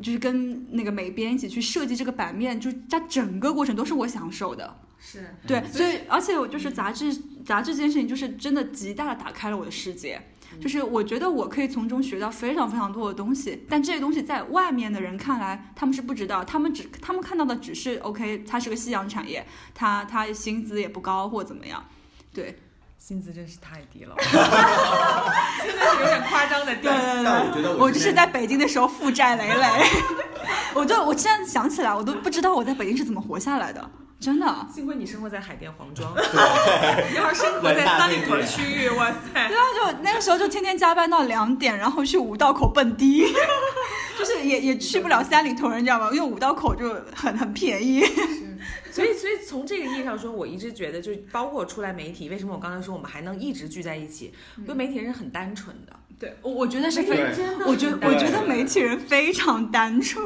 Speaker 2: 就是跟那个美编一起去设计这个版面，就是它整个过程都是我享受的。
Speaker 1: 是
Speaker 4: 嗯
Speaker 2: 对，所以而且我就是杂志，杂志这件事情就是真的极大的打开了我的世界，
Speaker 4: 嗯
Speaker 2: 就是我觉得我可以从中学到非常非常多的东西，但这些东西在外面的人看来，他们是不知道，他们只他们看到的只是 OK，它是个夕阳产业，它它薪资也不高或怎么样，对，
Speaker 1: 薪资真是太低 了，真的是有点夸张的低。
Speaker 4: 但我觉得
Speaker 2: 我
Speaker 4: 之
Speaker 2: 就
Speaker 4: 前
Speaker 2: 是在北京的时候负债累累， 我就我现在想起来，我都不知道我在北京是怎么活下来的，真的。
Speaker 1: 幸亏你生活在海淀黄庄，你 要是生活在三里屯区域，哇塞！
Speaker 2: 对啊，就那个时候就天天加班到两点，然后去五道口蹦迪， 就是也也去不了三里屯，你知道吗？因为五道口就很很便宜。
Speaker 1: 所以，所以从这个意义上说，我一直觉得，就包括出来媒体，为什么我刚才说我们还能一直聚在一起？因为媒体人很单纯的，
Speaker 2: 对，我我觉得是
Speaker 4: 非
Speaker 2: 非，
Speaker 4: 对
Speaker 1: 真的
Speaker 2: 我觉
Speaker 4: 单
Speaker 2: 我
Speaker 4: 纯
Speaker 2: 觉得媒体人非常单纯。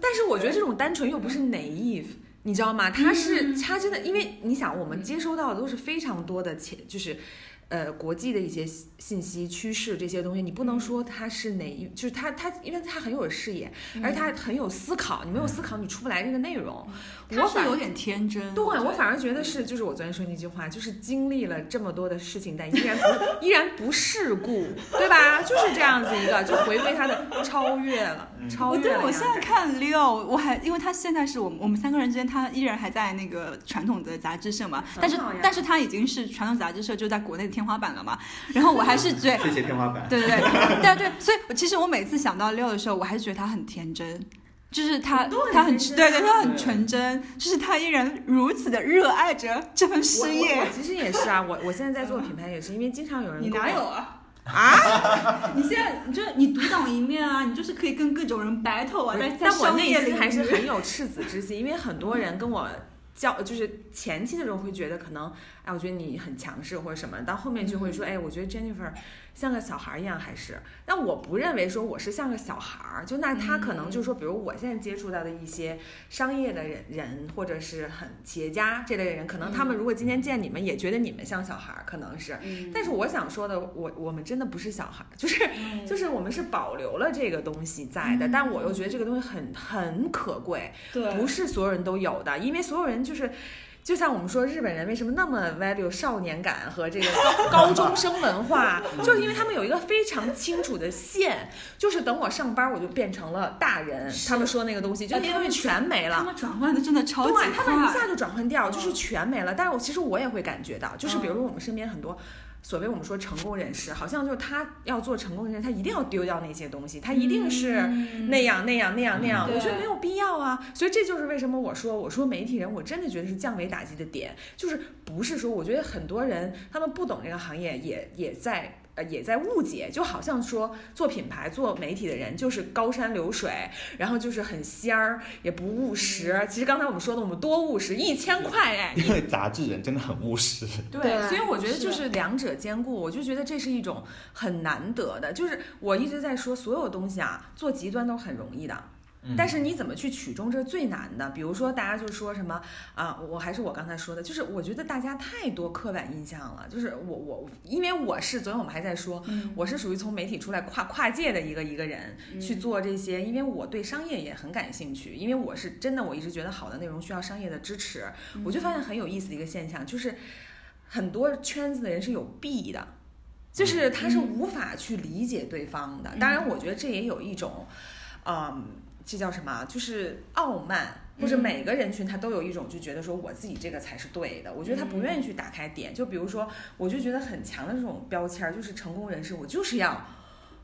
Speaker 1: 但是我觉得这种单纯又不是 naive，你知道吗？他是他真的，因为你想，我们接收到的都是非常多的前，就是。呃，国际的一些信信息趋势这些东西，你不能说他是哪一，就是他他，因为他很有视野，而他很有思考，你没有思考，你出不来这个内容。我
Speaker 2: 是
Speaker 1: 反
Speaker 2: 有点天真，
Speaker 1: 对，我反而觉得是，就是我昨天说那句话，就是经历了这么多的事情，但依然不依然不世故，对吧？就是这样子一个，就回归他的超越了，超
Speaker 2: 我
Speaker 1: 越
Speaker 2: 对
Speaker 1: 了。
Speaker 2: 我现在看 Leo，我还因为他现在是我们我们三个人之间，他依然还在那个传统的杂志社嘛，但是
Speaker 1: 很好呀
Speaker 2: 但是他已经是传统杂志社就在国内的天花板了嘛。然后我还 是觉
Speaker 4: 谢谢天花板，
Speaker 2: 对对对 对对，所以我其实我每次想到六的时候，我还是觉得他很天真，就是他
Speaker 1: 都很
Speaker 2: 他很
Speaker 1: 天真啊
Speaker 2: 对对，他很
Speaker 4: 对
Speaker 2: 纯真，就是他依然如此的热爱着这份
Speaker 1: 我
Speaker 2: 事
Speaker 1: 我
Speaker 2: 业
Speaker 1: 我。其实也是啊，我我现在在做品牌也是，因为经常有人
Speaker 2: 你
Speaker 1: 跟
Speaker 2: 哪
Speaker 1: 我
Speaker 2: 有啊？
Speaker 1: 啊？
Speaker 2: 你现在你就是你独当一面啊，你就是可以跟各种人 battle 啊，在在
Speaker 1: 但我
Speaker 2: 商
Speaker 1: 内
Speaker 2: 业
Speaker 1: 心
Speaker 2: 里
Speaker 1: 还是很有赤子之心，因为很多人跟我交，就是前期的时候会觉得可能，哎，我觉得你很强势或者什么，到后面就会说，哎，我觉得 Jennifer 像个小孩儿一样，还是，但我不认为说我是像个小孩儿，就那他可能就是说，比如我现在接触到的一些商业的人人，或者是很企业家这类人，可能他们如果今天见你们，也觉得你们像小孩儿，可能是，
Speaker 2: 嗯
Speaker 1: 但是我想说的，我我们真的不是小孩儿，就是
Speaker 2: 嗯
Speaker 1: 就是我们是保留了这个东西在的，但我又觉得这个东西很很可贵，不
Speaker 2: 对
Speaker 1: 是所有人都有的，因为所有人就是。就像我们说日本人为什么那么 value 少年感和这个高高中生文 化，就是因为他们有一个非常清楚的线，就是等我上班我就变成了大人。
Speaker 2: 是
Speaker 1: 他们说那个东西，就
Speaker 2: 哎
Speaker 1: 那
Speaker 2: 他
Speaker 1: 东
Speaker 2: 们
Speaker 1: 西全没
Speaker 2: 他
Speaker 1: 了。
Speaker 2: 们转换的真的超级
Speaker 1: 对，他们一
Speaker 2: 快，
Speaker 1: 下就转换掉，
Speaker 2: 嗯
Speaker 1: 就是全没了。但是我其实我也会感觉到，就是比如说我们身边很多。所谓我们说成功人士，好像就是他要做成功人士，他一定要丢掉那些东西，他一定是
Speaker 2: 嗯
Speaker 1: 那样、那样那样那样。
Speaker 2: 对
Speaker 1: 我觉得没有必要啊，所以这就是为什么我说我说媒体人，我真的觉得是降维打击的点，就是不是说我觉得很多人他们不懂这个行业，也也在。呃，也在误解，就好像说做品牌、做媒体的人就是高山流水，然后就是很仙儿，也不务实。其实刚才我们说的，我们多务实，一千块哎，
Speaker 4: 因为杂志人真的很务实。
Speaker 1: 对，
Speaker 2: 对
Speaker 1: 所以我觉得就是是两者兼顾，我就觉得这是一种很难得的。就是我一直在说，所有东西啊，做极端都很容易的。但是你怎么去取中，这是最难的。比如说，大家就说什么啊，我还是我刚才说的，就是我觉得大家太多刻板印象了。就是我我，因为我是昨天我们还在说，
Speaker 2: 嗯
Speaker 1: 我是属于从媒体出来跨跨界的一个一个人去做这些，因为我对商业也很感兴趣，因为我是真的我一直觉得好的内容需要商业的支持，
Speaker 2: 嗯
Speaker 1: 我就发现很有意思的一个现象，就是很多圈子的人是有弊的，就是他
Speaker 2: 嗯
Speaker 1: 是无法去理解对方的。当然，我觉得这也有一种，嗯，这叫什么啊？就是傲慢。或者
Speaker 2: 嗯
Speaker 1: 每个人群他都有一种就觉得说我自己这个才是对的，我觉得他
Speaker 2: 嗯
Speaker 1: 不愿意去打开点。就比如说，我就觉得很强的这种标签儿，就是成功人士，我就是要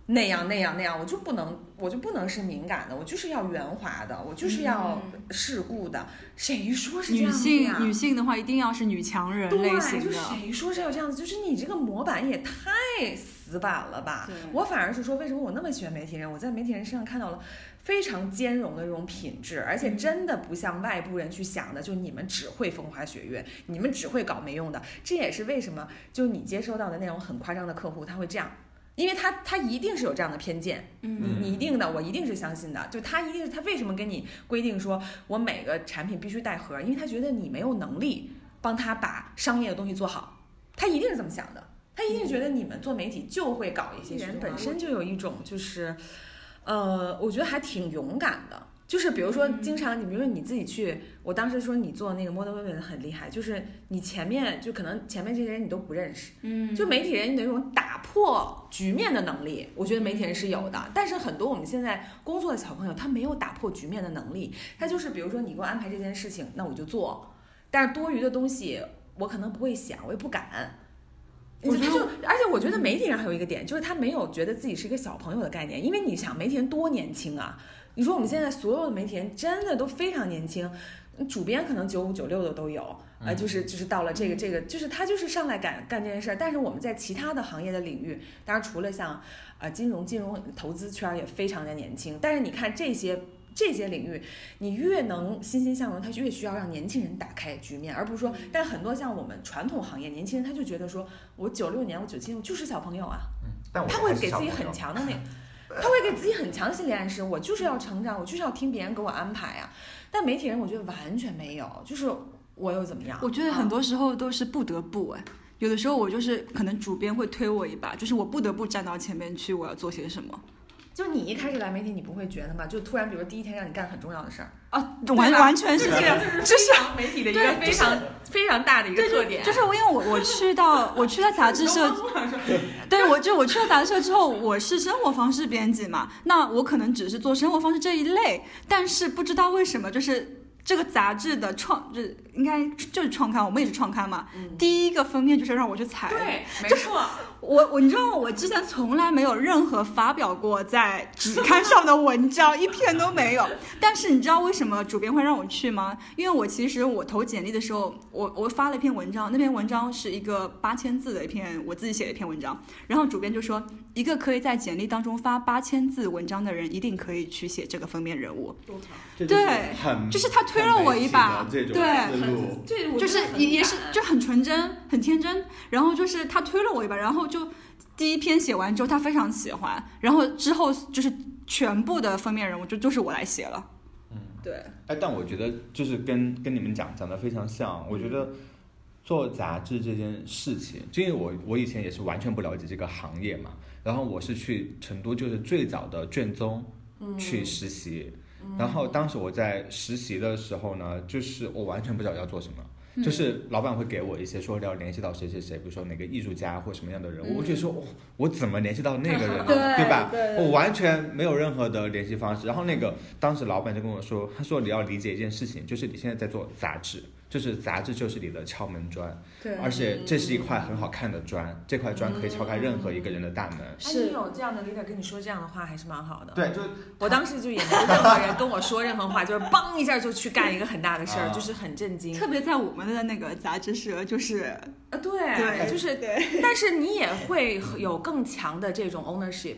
Speaker 1: 那样那样那样，我就不能，我就不能是敏感的，我就是要圆滑的，我就是要世故的。谁说是这
Speaker 2: 嗯女
Speaker 1: 样子呀、
Speaker 2: 性女性的话，一定要是女强人类
Speaker 1: 对，
Speaker 2: 型
Speaker 1: 就
Speaker 2: 的。
Speaker 1: 谁说是要这样子？就是你这个模板也太死板了吧
Speaker 2: 对！
Speaker 1: 我反而是说，为什么我那么喜欢媒体人？我在媒体人身上看到了非常兼容的这种品质，而
Speaker 2: 嗯
Speaker 1: 且真的不像外部人去想的，就你们只会风花雪月，你们只会搞没用的。这也是为什么，就你接收到的那种很夸张的客户，他会这样。因为他他一定是有这样的偏见，
Speaker 2: 嗯
Speaker 1: 你一定的，我一定是相信的。就他一定是他为什么跟你规定说我每个产品必须带盒儿？因为他觉得你没有能力帮他把商业的东西做好，他一定是这么想的。他一定觉得你们做媒体就会搞一些
Speaker 2: 艺
Speaker 1: 虚
Speaker 2: 人
Speaker 1: 荣
Speaker 2: 本
Speaker 1: 啊
Speaker 2: 身
Speaker 1: 我就有一种就是，呃，我觉得还挺勇敢的。就是比如说，经常你比如说你自己去，我当时说你做那个 Model Women 很厉害，就是你前面就可能前面这些人你都不认识，
Speaker 2: 嗯，
Speaker 1: 就媒体人有一种打破局面的能力，我觉得媒体人是有的。但是很多我们现在工作的小朋友，他没有打破局面的能力，他就是比如说你给我安排这件事情，那我就做，但是多余的东西我可能不会想，我也不敢。
Speaker 2: 我嗯觉
Speaker 1: 他
Speaker 2: 得
Speaker 1: 就，而且我觉得媒体人还有一个点，就是他没有觉得自己是一个小朋友的概念，因为你想媒体人多年轻啊！你说我们现在所有的媒体人真的都非常年轻，主编可能九五九六的都有，呃，
Speaker 3: 嗯
Speaker 1: 就是就是到了这个这个，就是他就是上来干干这件事儿。但是我们在其他的行业的领域，当然除了像呃金融、金融投资圈儿也非常的年轻。但是你看这些这些领域，你越能欣欣向荣，他越需要让年轻人打开局面，而不是说，但很多像我们传统行业年轻人，他就觉得说我九六年，我九七年，我就是小朋友啊，
Speaker 3: 嗯，但我
Speaker 1: 他
Speaker 3: 还
Speaker 1: 会
Speaker 3: 是
Speaker 1: 给
Speaker 3: 小
Speaker 1: 自己
Speaker 3: 朋
Speaker 1: 很
Speaker 3: 友
Speaker 1: 强的那， 他会给自己很强的心理暗示，我就是要成长，我就是要听别人给我安排啊。但媒体人我觉得完全没有，就是我又怎么样？
Speaker 2: 我觉得很
Speaker 1: 啊
Speaker 2: 多时候都是不得不哎。有的时候我就是可能主编会推我一把，就是我不得不站到前面去，我要做些什么
Speaker 1: 就你一开始来媒体，你不会觉得吗？就突然比如第一天让你干很重要的事儿，
Speaker 2: 啊，
Speaker 1: 吧
Speaker 2: 完完全
Speaker 1: 就是是
Speaker 2: 这
Speaker 1: 这
Speaker 2: 样
Speaker 1: 样，，
Speaker 2: 就
Speaker 1: 这
Speaker 2: 是
Speaker 1: 是媒体的一个
Speaker 2: 对
Speaker 1: 非常非常大的一个特点。
Speaker 2: 就是我因为我我去到我去到杂志 社，对我就我去了杂志社之后，我是生活方式编辑嘛，那我可能只是做生活方式这一类，但是不知道为什么就是。这个杂志的创，就是应该就是创刊，我们也是创刊嘛。第一个封面就是让我去裁，
Speaker 1: 对，没错，
Speaker 2: 我我你知道吗我之前从来没有任何发表过在纸刊上的文章， 一篇都没有。但是你知道为什么主编会让我去吗？因为我其实我投简历的时候，我我发了一篇文章，那篇文章是一个八千字的一篇我自己写的一篇文章，然后主编就说，一个可以在简历当中发八千字文章的人，一定可以去写这个封面人物。
Speaker 4: 这就是
Speaker 2: 对
Speaker 4: 很
Speaker 2: 就是他推了我一把
Speaker 4: 很媒体的
Speaker 2: 对
Speaker 4: 这种思路。
Speaker 1: 对，
Speaker 2: 就是也也是就很哎纯真、很天真。然后就是他推了我一把，然后就第一篇写完之后，他非常喜欢。然后之后就是全部的封面人物就就是我来写了。
Speaker 1: 对，
Speaker 4: 哎，但我觉得就是跟跟你们讲讲的非常像。我觉得做杂志这件事情，就因为我我以前也是完全不了解这个行业嘛，然后我是去成都就是最早的卷宗去实习，然后当时我在实习的时候呢，就是我完全不知道要做什么。就是老板会给我一些说要联系到谁谁谁，比如说哪个艺术家或什么样的人物，我觉得说、哦我怎么联系到那个人呢？
Speaker 2: 对
Speaker 4: 对吧？哦
Speaker 1: 对
Speaker 4: 我完全没有任何的联系方式。然后那个当时老板就跟我说，他说你要理解一件事情，就是你现在在做杂志，就是杂志就是你的敲门砖，
Speaker 1: 对
Speaker 4: 而且这是一块很好看的砖，这块砖可以敲开任何一个人的大门。
Speaker 1: 哎，
Speaker 2: 是
Speaker 1: 你有这样的 leader 跟你说这样的话，还是蛮好的。
Speaker 4: 对，就
Speaker 1: 我当时就也没有任何人跟我说任何话，就是 梆一下就去干一个很大的事儿，
Speaker 4: 啊
Speaker 1: 就是很震惊。
Speaker 2: 特别在我们的那个杂志社，就是
Speaker 1: 啊，对，
Speaker 2: 对
Speaker 1: 就是
Speaker 2: 对，
Speaker 1: 但是你也会有更强的这种 ownership。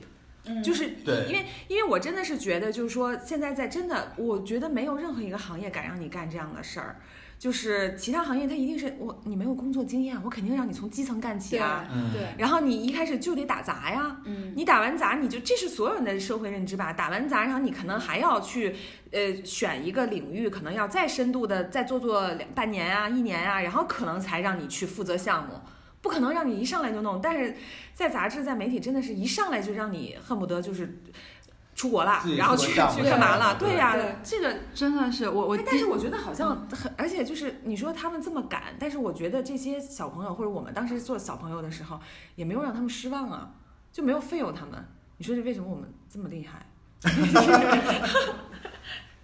Speaker 1: 就是
Speaker 2: 嗯
Speaker 3: 对
Speaker 1: 因为因为我真的是觉得，就是说现在在真的，我觉得没有任何一个行业敢让你干这样的事儿。就是其他行业，它一定是我你没有工作经验，啊我肯定让你从基层干起啊。
Speaker 3: 嗯
Speaker 2: 对，
Speaker 1: 然后你一开始就得打杂呀，
Speaker 2: 嗯，
Speaker 1: 你打完杂，你就这是所有人的社会认知吧？打完杂，然后你可能还要去，呃，选一个领域，可能要再深度的再做做两半年啊、一年啊，然后可能才让你去负责项目，不可能让你一上来就弄。但是在杂志、在媒体，真的是一上来就让你恨不得就是出国了
Speaker 3: 自，己
Speaker 1: 然后
Speaker 3: 出国
Speaker 1: 去
Speaker 3: 项目
Speaker 1: 去
Speaker 3: 对
Speaker 1: 干嘛了？
Speaker 3: 对
Speaker 1: 呀、
Speaker 2: 对
Speaker 1: 这个
Speaker 2: 真的是我我
Speaker 1: 哎但是我觉得好像很，而且就是你说他们这么赶，但是我觉得这些小朋友或者我们当时做小朋友的时候，也没有让他们失望啊，就没有废有他们。你说这为什么我们这么厉害？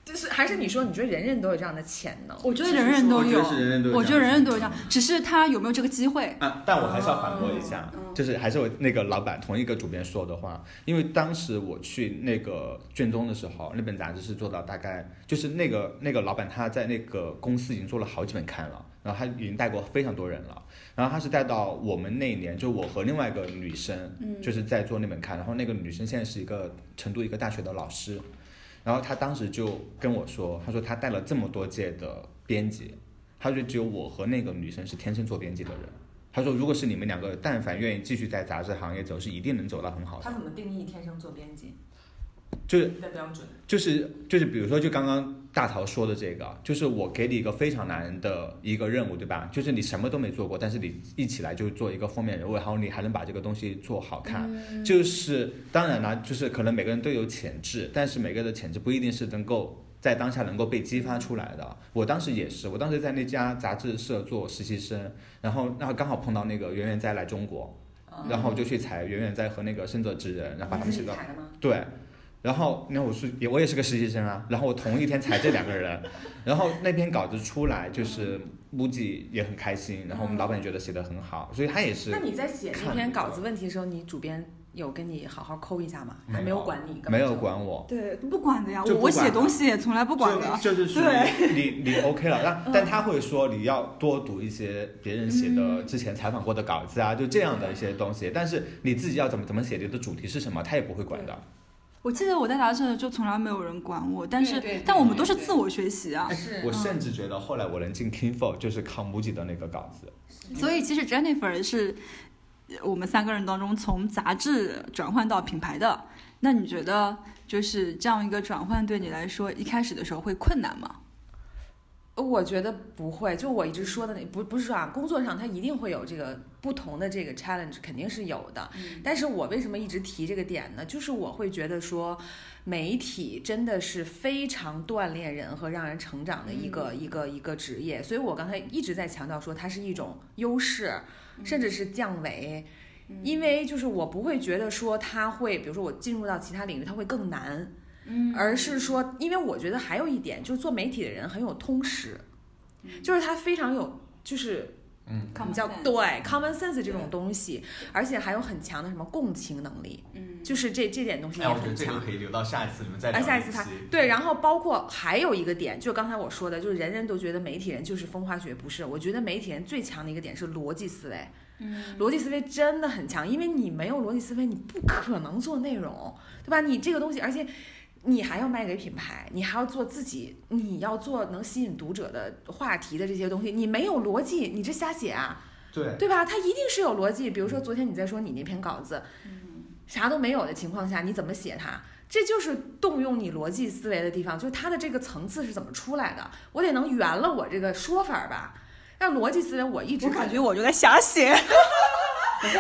Speaker 1: 就是还是你说，你觉得人人都有这样的潜能？
Speaker 2: 我觉得人人都有
Speaker 4: 我觉得是人人都，有
Speaker 2: 我觉得人人都有这样，只是他有没有这个机会。
Speaker 4: 啊，但我还是要反驳一下，就是还是我那个老板同一个主编说的话，因为当时我去那个卷宗的时候，那本杂志是做到大概，就是那个那个老板他在那个公司已经做了好几本刊了，然后他已经带过非常多人了，然后他是带到我们那一年，就我和另外一个女生，就是在做那本刊，然后那个女生现在是一个成都一个大学的老师，然后她当时就跟我说，她说她带了这么多届的编辑，她说只有我和那个女生是天生做编辑的人。她说，如果是你们两个，但凡愿意继续在杂志行业走，是一定能走到很好
Speaker 1: 他
Speaker 4: 的。
Speaker 1: 怎么定义天生做编辑？
Speaker 4: 就是
Speaker 1: 你的标准？
Speaker 4: 就是就是，比如说，就刚刚大桃说的这个，就是我给你一个非常难的一个任务，对吧？就是你什么都没做过，但是你一起来就做一个封面人物，然后你还能把这个东西做好看。就是当然啦，就是可能每个人都有潜质，但是每个人的潜质不一定是能够。在当下能够被激发出来的，我当时也是，我当时在那家杂志社做实习生，然后然后刚好碰到那个圆圆在来中国，然后我就去采圆圆在和那个深泽直人，然后把他
Speaker 1: 嗯你
Speaker 4: 们
Speaker 1: 自
Speaker 4: 写
Speaker 1: 己
Speaker 4: 到
Speaker 1: 裁的吗？
Speaker 4: 对，然后那我是也我也是个实习生啊，然后我同一天裁这两个人， 然后那篇稿子出来就是估计也很开心，然后我们老板也觉得写的很好，所以他也是
Speaker 1: 那你在写这
Speaker 4: 看
Speaker 1: 篇
Speaker 4: 了
Speaker 1: 稿子问题的时候，你主编有跟你好好抠一下吗？还
Speaker 4: 没
Speaker 1: 没
Speaker 4: 有
Speaker 1: 有管你，
Speaker 4: 没有。管我。
Speaker 2: 对，不管的呀，
Speaker 4: 就
Speaker 2: 我
Speaker 4: 不管
Speaker 2: 我写
Speaker 4: 的
Speaker 2: 东西也从来不管的。
Speaker 4: 就就是属于你你 OK 了，
Speaker 1: 嗯
Speaker 4: 但但他会说你要多读一些别人写
Speaker 1: 嗯
Speaker 4: 的之前采访过的稿子啊，就这样的一些东西。但是你自己要怎么怎么写，你的主题是什么，他也不会管的。
Speaker 2: 我记得我在杂志社就从来没有人管我，但是
Speaker 1: 对对对
Speaker 2: 但我们都是
Speaker 1: 对
Speaker 2: 自我学习啊。
Speaker 1: 是
Speaker 4: 我甚至觉得后来我能进 King Four 就是靠 MUJI 的那个稿子。
Speaker 2: 嗯所以其实 Jennifer 是我们三个人当中从杂志转换到品牌的。那你觉得就是这样一个转换对你来说，一开始的时候会困难吗？
Speaker 1: 我觉得不会，就我一直说的那不不是说啊，工作上它一定会有这个不同的这个 challenge，肯定是有的。但是我为什么一直提这个点呢？就是我会觉得说，媒体真的是非常锻炼人和让人成长的一个、一个一个职业，所以我刚才一直在强调说，它是一种优势，甚至是降维。因为就是我不会觉得说它会，比如说我进入到其他领域，它会更难，
Speaker 2: 嗯
Speaker 1: 而是说，因为我觉得还有一点，就是做媒体的人很有通识，
Speaker 2: 嗯
Speaker 1: 就是他非常有，就是比较对 common sense 这种东西，而且还有很强的什么共情能力，
Speaker 2: 嗯，
Speaker 1: 就是这这点东西也
Speaker 3: 哎，我觉得
Speaker 1: 很
Speaker 3: 这个
Speaker 1: 强。
Speaker 3: 可以留到下一次你们再聊
Speaker 1: 哎，
Speaker 3: 期。
Speaker 1: 下一次他
Speaker 4: 嗯
Speaker 1: 对，然后包括还有一个点，就是刚才我说的，就是人人都觉得媒体人就是风花雪，不是？我觉得媒体人最强的一个点是逻辑思维，
Speaker 2: 嗯，
Speaker 1: 逻辑思维真的很强，因为你没有逻辑思维，你不可能做内容，对吧？你这个东西，而且你还要卖给品牌，你还要做自己，你要做能吸引读者的话题的这些东西，你没有逻辑，你这瞎写啊，
Speaker 4: 对，
Speaker 1: 对吧？它一定是有逻辑。比如说昨天你在说你那篇稿子，啥都没有的情况下，你怎么写它？这就是动用你逻辑思维的地方，就是它的这个层次是怎么出来的，我得能圆了我这个说法吧。但逻辑思维我一直
Speaker 2: 我感觉我就在瞎写。
Speaker 1: 不不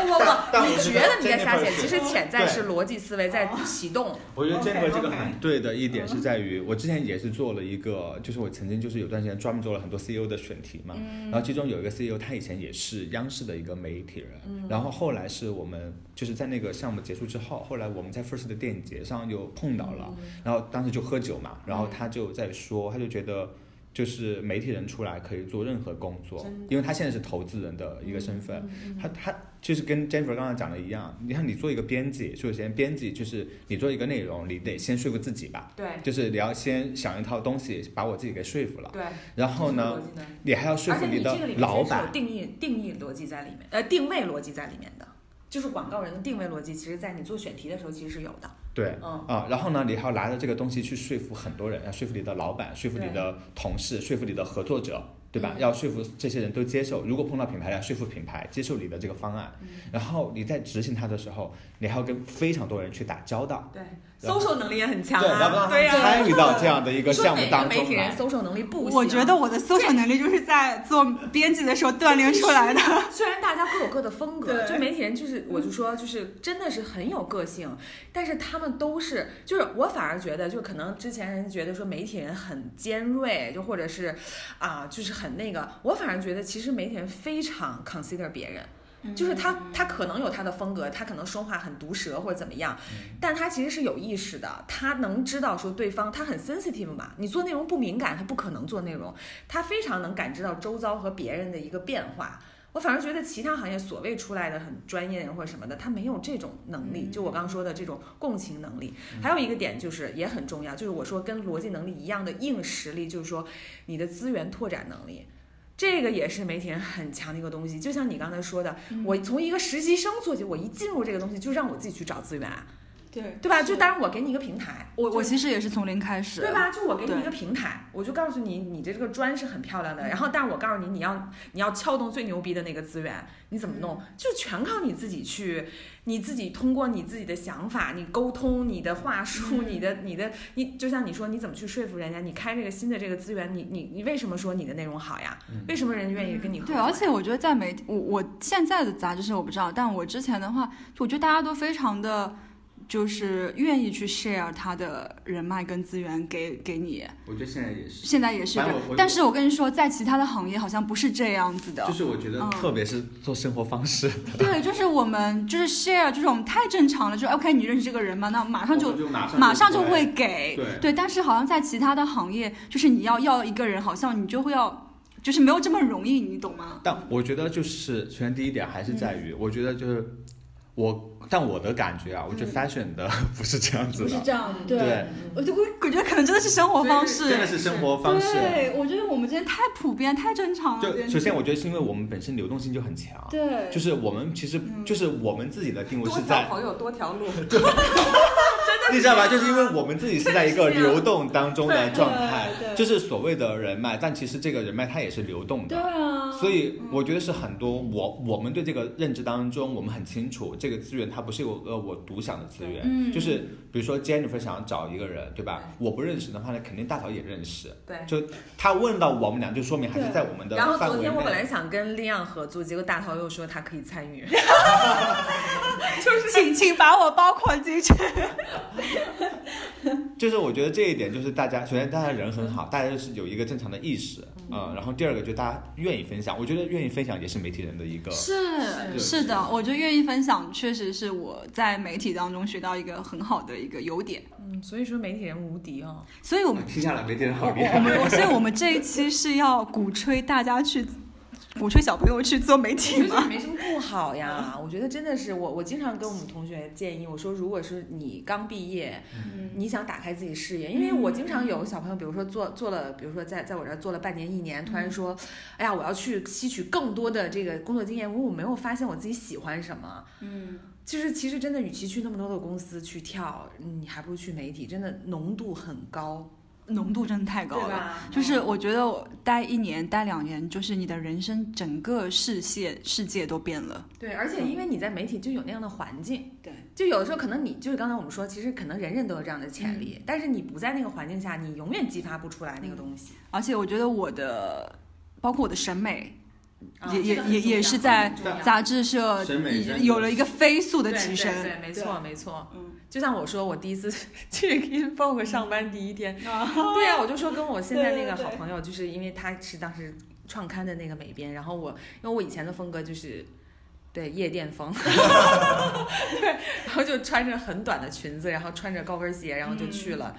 Speaker 4: 但
Speaker 1: 不，你
Speaker 4: 我觉
Speaker 1: 觉
Speaker 4: 得
Speaker 1: 得你在瞎写，
Speaker 4: 这
Speaker 1: 其
Speaker 4: 个
Speaker 1: 实潜在
Speaker 4: 对
Speaker 1: 是逻辑思维在启动。
Speaker 4: 我觉得
Speaker 2: OK，
Speaker 4: Jennifer 这个
Speaker 2: OK
Speaker 4: 很对的一点是在于，我之前也是做了一个，就是我曾经就是有段时间专门做了很多 CEO 的选题嘛，然
Speaker 2: 嗯
Speaker 4: 后其中有一个 CEO 他以前也是央视的一个媒体人，
Speaker 2: 嗯
Speaker 4: 然后后来是我们就是在那个项目结束之后，后来我们在 First 的电影节上又碰到
Speaker 1: 嗯
Speaker 4: 了，然后当时就喝酒嘛，然后他就在说，他就觉得。就是媒体人出来可以做任何工作，因为他现在是投资人的一个身
Speaker 1: 嗯
Speaker 4: 份，他他就是跟 Jennifer 刚才讲的一样，你看你做一个编辑，首先编辑就是你做一个内容，你得先说服自己吧，
Speaker 1: 对
Speaker 4: 就是你要先想一套东西把我自己给说服了，
Speaker 1: 对，
Speaker 4: 然后呢，你还要说
Speaker 1: 而
Speaker 4: 服
Speaker 1: 且这个
Speaker 4: 的
Speaker 1: 里面
Speaker 4: 老
Speaker 1: 是有
Speaker 4: 板。
Speaker 1: 定义定义逻辑在里面，呃，定位逻辑在里面的，就是广告人的定位逻辑，其实在你做选题的时候其实是有的。
Speaker 4: 对，
Speaker 1: 嗯
Speaker 4: 啊，然后呢，你还要拿着这个东西去说服很多人，要说服你的老板，说服
Speaker 1: 对
Speaker 4: 你的同事，说服你的合作者，对吧？要说服这些人都接受。如果碰到品牌，要说服品牌接受你的这个方案。然后你在执行它的时候，你还要跟非常多人去打交道，
Speaker 1: 对
Speaker 4: 然后
Speaker 1: ，social 能力也很强
Speaker 4: 对，然后让
Speaker 1: 啊，
Speaker 4: 他
Speaker 1: 对
Speaker 4: 们
Speaker 1: 呀、
Speaker 4: 参与到这样的一
Speaker 1: 一
Speaker 4: 个项目当
Speaker 1: 媒体
Speaker 4: 中
Speaker 1: 人
Speaker 4: 来。
Speaker 1: social 能力不行，
Speaker 2: 我觉得我的搜 o 能力就是在做编辑的时候锻炼出来的。
Speaker 1: 虽然大家各有各的风格，
Speaker 2: 对
Speaker 1: 就媒体人就是，我就说就是真的是很有个性，但是他们都是，就是我反而觉得，就可能之前人觉得说媒体人很尖锐，就或者是啊、就是很那个，我反而觉得其实媒体人非常 consider 别人。
Speaker 5: 就是他他可能有他的风格，他可能说话很毒舌或者怎么样，但他其实是有意识的，他能知道说对方他很 sensitive 嘛，你做内容不敏感，他不可能做内容，他非常能感知到周遭和别人的一个变化。我反而觉得其他行业所谓出来的很专业人或者什么的，他没有这种能力，就我刚刚说的这种共情能力。还有一个点就是也很重要，就是我说跟逻辑能力一样的硬实力，就是说你的资源拓展能力，这个也是媒体人很强的一个东西。就像你刚才说的，我从一个实习生做起，我一进入这个东西就让我自己去找资源，啊
Speaker 2: 对
Speaker 5: 对吧？就当然我给你一个平台，
Speaker 2: 我我
Speaker 5: 就
Speaker 2: 其实也是从零开始，
Speaker 5: 对吧？就我给你
Speaker 2: 对
Speaker 5: 一个平台，我就告诉你，你的这个砖是很漂亮的。然后，但是我告诉你，你要你要撬动最牛逼的那个资源，你怎么弄？
Speaker 1: 嗯
Speaker 5: 就全靠你自己去，你自己通过你自己的想法，你沟通，你的话术，你
Speaker 1: 嗯
Speaker 5: 的你的你，就像你说，你怎么去说服人家？你开这个新的这个资源，你你你为什么说你的内容好呀？
Speaker 4: 嗯
Speaker 5: 为什么人家愿意跟你合作
Speaker 2: 对，
Speaker 5: 呀？
Speaker 2: 而且我觉得在媒体，我我现在的杂志社我不知道，但我之前的话，就我觉得大家都非常的，就是愿意去 share 他的人脉跟资源给给你。
Speaker 4: 我觉得现在也是，
Speaker 2: 现在也是
Speaker 4: 反
Speaker 2: 这
Speaker 4: 正
Speaker 2: 样
Speaker 4: 我，
Speaker 2: 但是我跟你说，在其他的行业好像不是这样子的
Speaker 4: 就。是我觉得
Speaker 2: 嗯
Speaker 4: 特别是做生活方式，
Speaker 2: 对，就是我们就是 share 这种太正常了，就 OK，你认识这个人吗？那马 上
Speaker 4: 我
Speaker 2: 就
Speaker 4: 们就马上
Speaker 2: 马上就
Speaker 4: 过来
Speaker 2: 会给
Speaker 4: 对
Speaker 2: 但是好像在其他的行业，就是你要要一个人，好像你就会要，就是没有这么容易，你懂吗？
Speaker 4: 但我觉得就是，首先第一点还是在
Speaker 6: 嗯
Speaker 4: 于，我觉得就是我，但我的感觉啊，我觉得 fashion 的不是这样子
Speaker 6: 嗯不是
Speaker 4: 的，
Speaker 6: 这样，对，
Speaker 4: 对
Speaker 2: 我就会感觉得可能真的是生活方式，
Speaker 4: 真的是生活方式。
Speaker 2: 对，我觉得我们今天太普遍、太正常了。
Speaker 4: 就首先，我觉得是因为我们本身流动性就很强，
Speaker 2: 对，
Speaker 4: 就是我们其实
Speaker 6: 嗯
Speaker 4: 就是我们自己的定位
Speaker 1: 多
Speaker 4: 是
Speaker 1: 条
Speaker 4: 在，
Speaker 1: 朋友多条 路，
Speaker 4: 你知道吧？就是因为我们自己是在一个
Speaker 5: 真的是这样
Speaker 4: 流动当中的状态
Speaker 6: 对对，
Speaker 4: 就是所谓的人脉，但其实这个人脉它也是流动
Speaker 6: 对
Speaker 4: 的。
Speaker 6: 啊，
Speaker 4: 所以我觉得是很多我我们对这个认知当中，我们很清楚这个资源它不是我呃我独享的资源，
Speaker 2: 嗯
Speaker 4: 就是比如说 Jennifer 想要找一个人，对吧？我不认识的话呢，肯定大嫂也认识，
Speaker 1: 对
Speaker 4: 就他问到我们俩，就说明还是
Speaker 6: 对
Speaker 4: 在我们的
Speaker 1: 然后
Speaker 4: 范
Speaker 1: 昨
Speaker 4: 围
Speaker 1: 天我本来
Speaker 4: 内。
Speaker 1: 想跟 l 昂合作，结果大头又说他可以参 与。
Speaker 2: 请请把我包括进去。
Speaker 4: 就是我觉得这一点，就是大家首先大家人很好，大家就是有一个正常的意识，嗯，然后第二个就大家愿意分享，我觉得愿意分享也是媒体人的一个
Speaker 2: 是是的，我觉得愿意分享，确实是我在媒体当中学到一个很好的一个优点。
Speaker 1: 嗯，所以说媒体人无敌哦。
Speaker 2: 所以我 们
Speaker 4: 听下来媒体人
Speaker 2: 我
Speaker 4: 好厉
Speaker 2: 我我
Speaker 4: 害，
Speaker 2: 们我，所以我们这一期是要鼓吹大家去鼓吹小朋友去做 媒体
Speaker 1: 其实
Speaker 2: 吗？
Speaker 1: 没什么不好呀，我觉得真的是我，我经常跟我们同学建议，我说如果是你刚毕业，你想打开自己视野，因为我经常有小朋友，比如说做做了，比如说在在我这儿做了半年一年，突然说，哎呀，我要去吸取更多的这个工作经验，因为我没有发现我自己喜欢什么。
Speaker 2: 嗯，
Speaker 1: 就是其实真的，与其去那么多的公司去跳，你还不如去媒体，真的浓度很高。
Speaker 2: 浓度真的太高
Speaker 5: 对
Speaker 2: 了。
Speaker 5: 吧？
Speaker 2: 嗯就是我觉得我待一年、待两年，就是你的人生整个视线世界都变了。
Speaker 1: 对，而且因为你在媒体就有那样的环境，
Speaker 2: 对，
Speaker 1: 就有的时候可能你就是刚才我们说，其实可能人人都有这样的潜力，但是你不在那个环境下，你永远激发不出来那个东西。
Speaker 2: 而且我觉得我的，包括我的审美，
Speaker 1: 啊
Speaker 2: 嗯也
Speaker 1: 这
Speaker 2: 也
Speaker 1: 个很
Speaker 2: 也
Speaker 1: 重
Speaker 2: 也
Speaker 1: 要
Speaker 2: 是在
Speaker 1: 很重要
Speaker 2: 杂志社
Speaker 4: 审美
Speaker 2: 已
Speaker 4: 真的
Speaker 2: 有了一个飞速的
Speaker 1: 对
Speaker 2: 提升
Speaker 1: 对。对，没错没错。
Speaker 2: 嗯，
Speaker 1: 就像我说，我第一次 去 Infog 上班第一
Speaker 2: 嗯
Speaker 1: 天，
Speaker 2: 啊
Speaker 1: 对啊呀、我就说跟我现在那个好朋友，就是因为他是当时创刊的那个美编，然后我因为我以前的风格就是。对夜店风， 对，然后就穿着很短的裙子，然后穿着高跟鞋，然后就去了，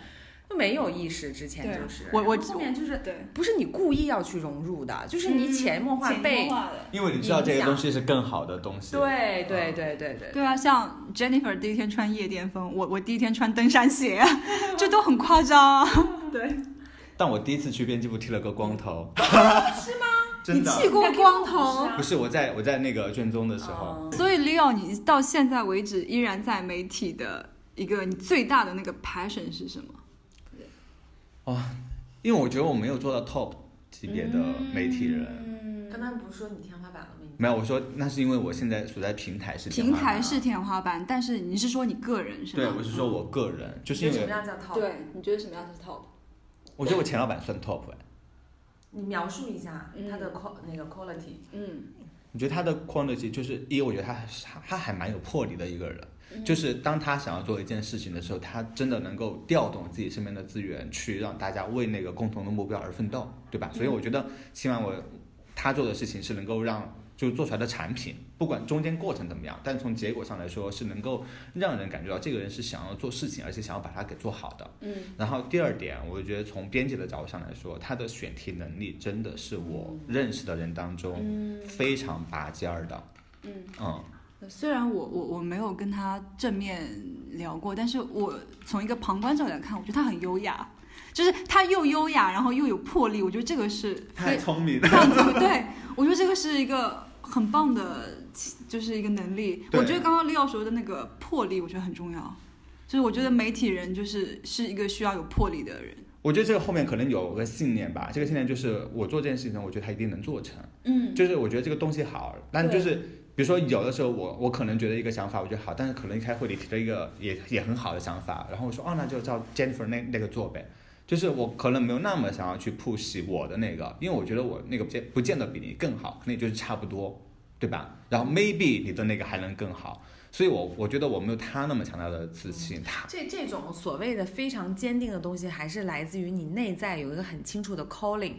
Speaker 1: 就没有意识。之前
Speaker 2: 嗯对
Speaker 1: 就是，
Speaker 2: 我我
Speaker 1: 然后后面就是
Speaker 2: 对，
Speaker 1: 不是你故意要去融入的，就是你
Speaker 2: 嗯
Speaker 1: 潜移默化被，
Speaker 4: 因为你知道这个东西是更好的东西，
Speaker 1: 对对对对对，
Speaker 2: 对啊，像 Jennifer 第一天穿夜店风，我我第一天穿登山鞋， 这都很夸张啊。
Speaker 4: 但我第一次去编辑部剃了个光 头，是吗？
Speaker 2: 你
Speaker 4: 真的啊
Speaker 2: 剃过光头？
Speaker 4: 不是我在我在那个卷宗的时候，
Speaker 2: 所以 Leo，你到现在为止依然在媒体的一个你最大的那个 passion 是什么？
Speaker 4: 因为我觉得我没有做到 top 级别的媒体人，
Speaker 6: 嗯，
Speaker 1: 刚才不是说你天花板了吗？
Speaker 4: 没有，我说那是因为我现在所在平台是天
Speaker 2: 平
Speaker 4: 花板啊
Speaker 2: 台是天花板，但是你是说你个人是吗？
Speaker 4: 对，我是说我个人，就是因
Speaker 1: 什
Speaker 4: 为
Speaker 1: 么样叫套？
Speaker 2: 对，你觉得什么样是 top？
Speaker 4: 我觉得我前老板算 top 哎，
Speaker 1: 你描述一下
Speaker 2: 嗯
Speaker 1: 它的 qual 那个 quality，
Speaker 2: 嗯，
Speaker 4: 我觉得他的 quantity 就是一，我觉得他他他还蛮有魄力的一个人。
Speaker 2: 嗯
Speaker 4: 就是当他想要做一件事情的时候，他真的能够调动自己身边的资源，去让大家为那
Speaker 2: 嗯
Speaker 4: 个共同的目标而奋斗，对吧？所以我觉得，起码我他做的事情是能够让就是做出来的产品，不管中间过程怎么样，但从结果上来说是能够让人感觉到这个人是想要做事情，而且想要把它给做好的。
Speaker 2: 嗯，
Speaker 4: 然后第二点，我觉得从编辑的角度上来说，他的选题能力真的是
Speaker 2: 嗯
Speaker 4: 我认识的人当中非常拔尖儿的。
Speaker 2: 嗯
Speaker 4: 嗯，
Speaker 2: 虽然我我我没有跟他正面聊过，但是我从一个旁观者来看，我觉得他很优雅，就是他又优雅，然后又有魄力，我觉得这个是
Speaker 4: 太
Speaker 2: 非
Speaker 4: 聪明了。
Speaker 2: 这样子，对我觉得这个是一个很棒的，就是一个能力。
Speaker 4: 对
Speaker 2: 我觉得刚刚李老说的那个魄力，我觉得很重要。就是我觉得媒体人就是是一个需要有魄力的人。
Speaker 4: 我觉得这个后面可能有个信念吧，这个信念就是我做这件事情，我觉得它一定能做成。
Speaker 2: 嗯，
Speaker 4: 就是我觉得这个东西好，但就是比如说有的时候我我可能觉得一个想法我觉得好，但是可能一开会里提了一个也也很好的想法，然后我说哦那就照 Jennifer 那那个做呗，就是我可能没有那么想要去 push 我的那个，因为我觉得我那个不见不见得比你更好，可能也就是差不多，对吧？然后 maybe 你的那个还能更好，所以我我觉得我没有他那么强大的自信，他
Speaker 1: 这这种所谓的非常坚定的东西，还是来自于你内在有一个很清楚的 calling，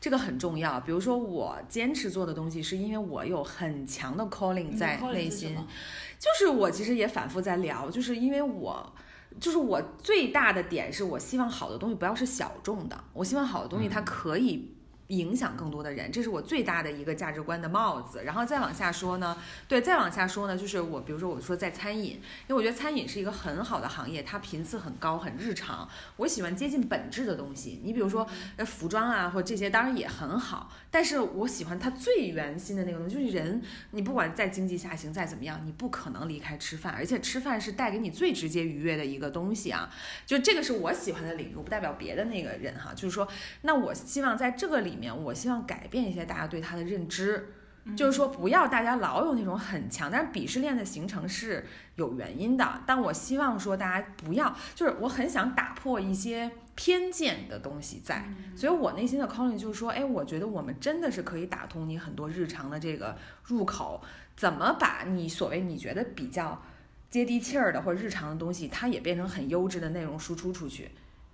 Speaker 1: 这个很重要。比如说，我坚持做的东西，是因为我有很嗯强的 calling 在内心。就是我其实也反复在聊，就是因为我。就是我最大的点是我希望好的东西不要是小众的，我希望好的东西它可以影响更多的人，这是我最大的一个价值观的帽子。然后再往下说呢，对，再往下说呢，就是我比如说我说在餐饮，因为我觉得餐饮是一个很好的行业，它频次很高，很日常。我喜欢接近本质的东西。你比如说，呃，服装啊，或这些，当然也很好，但是我喜欢它最原心的那个东西，就是人，你不管再经济下行再怎么样，你不可能离开吃饭，而且吃饭是带给你最直接愉悦的一个东西啊。就这个是我喜欢的领域，我不代表别的那个人哈。就是说，那我希望在这个里面，我希望改变一些大家对它的认知。就是说，不要大家老有那种很强，但是鄙视链的形成是有原因的。但我希望说，大家不要，就是我很想打破一些偏见的东西在。所以我内心的 calling 就是说，哎，我觉得我们真的是可以打通你很多日常的这个入口，怎么把你所谓你觉得比较接地气儿的或者日常的东西，它也变成很优质的内容输出出去。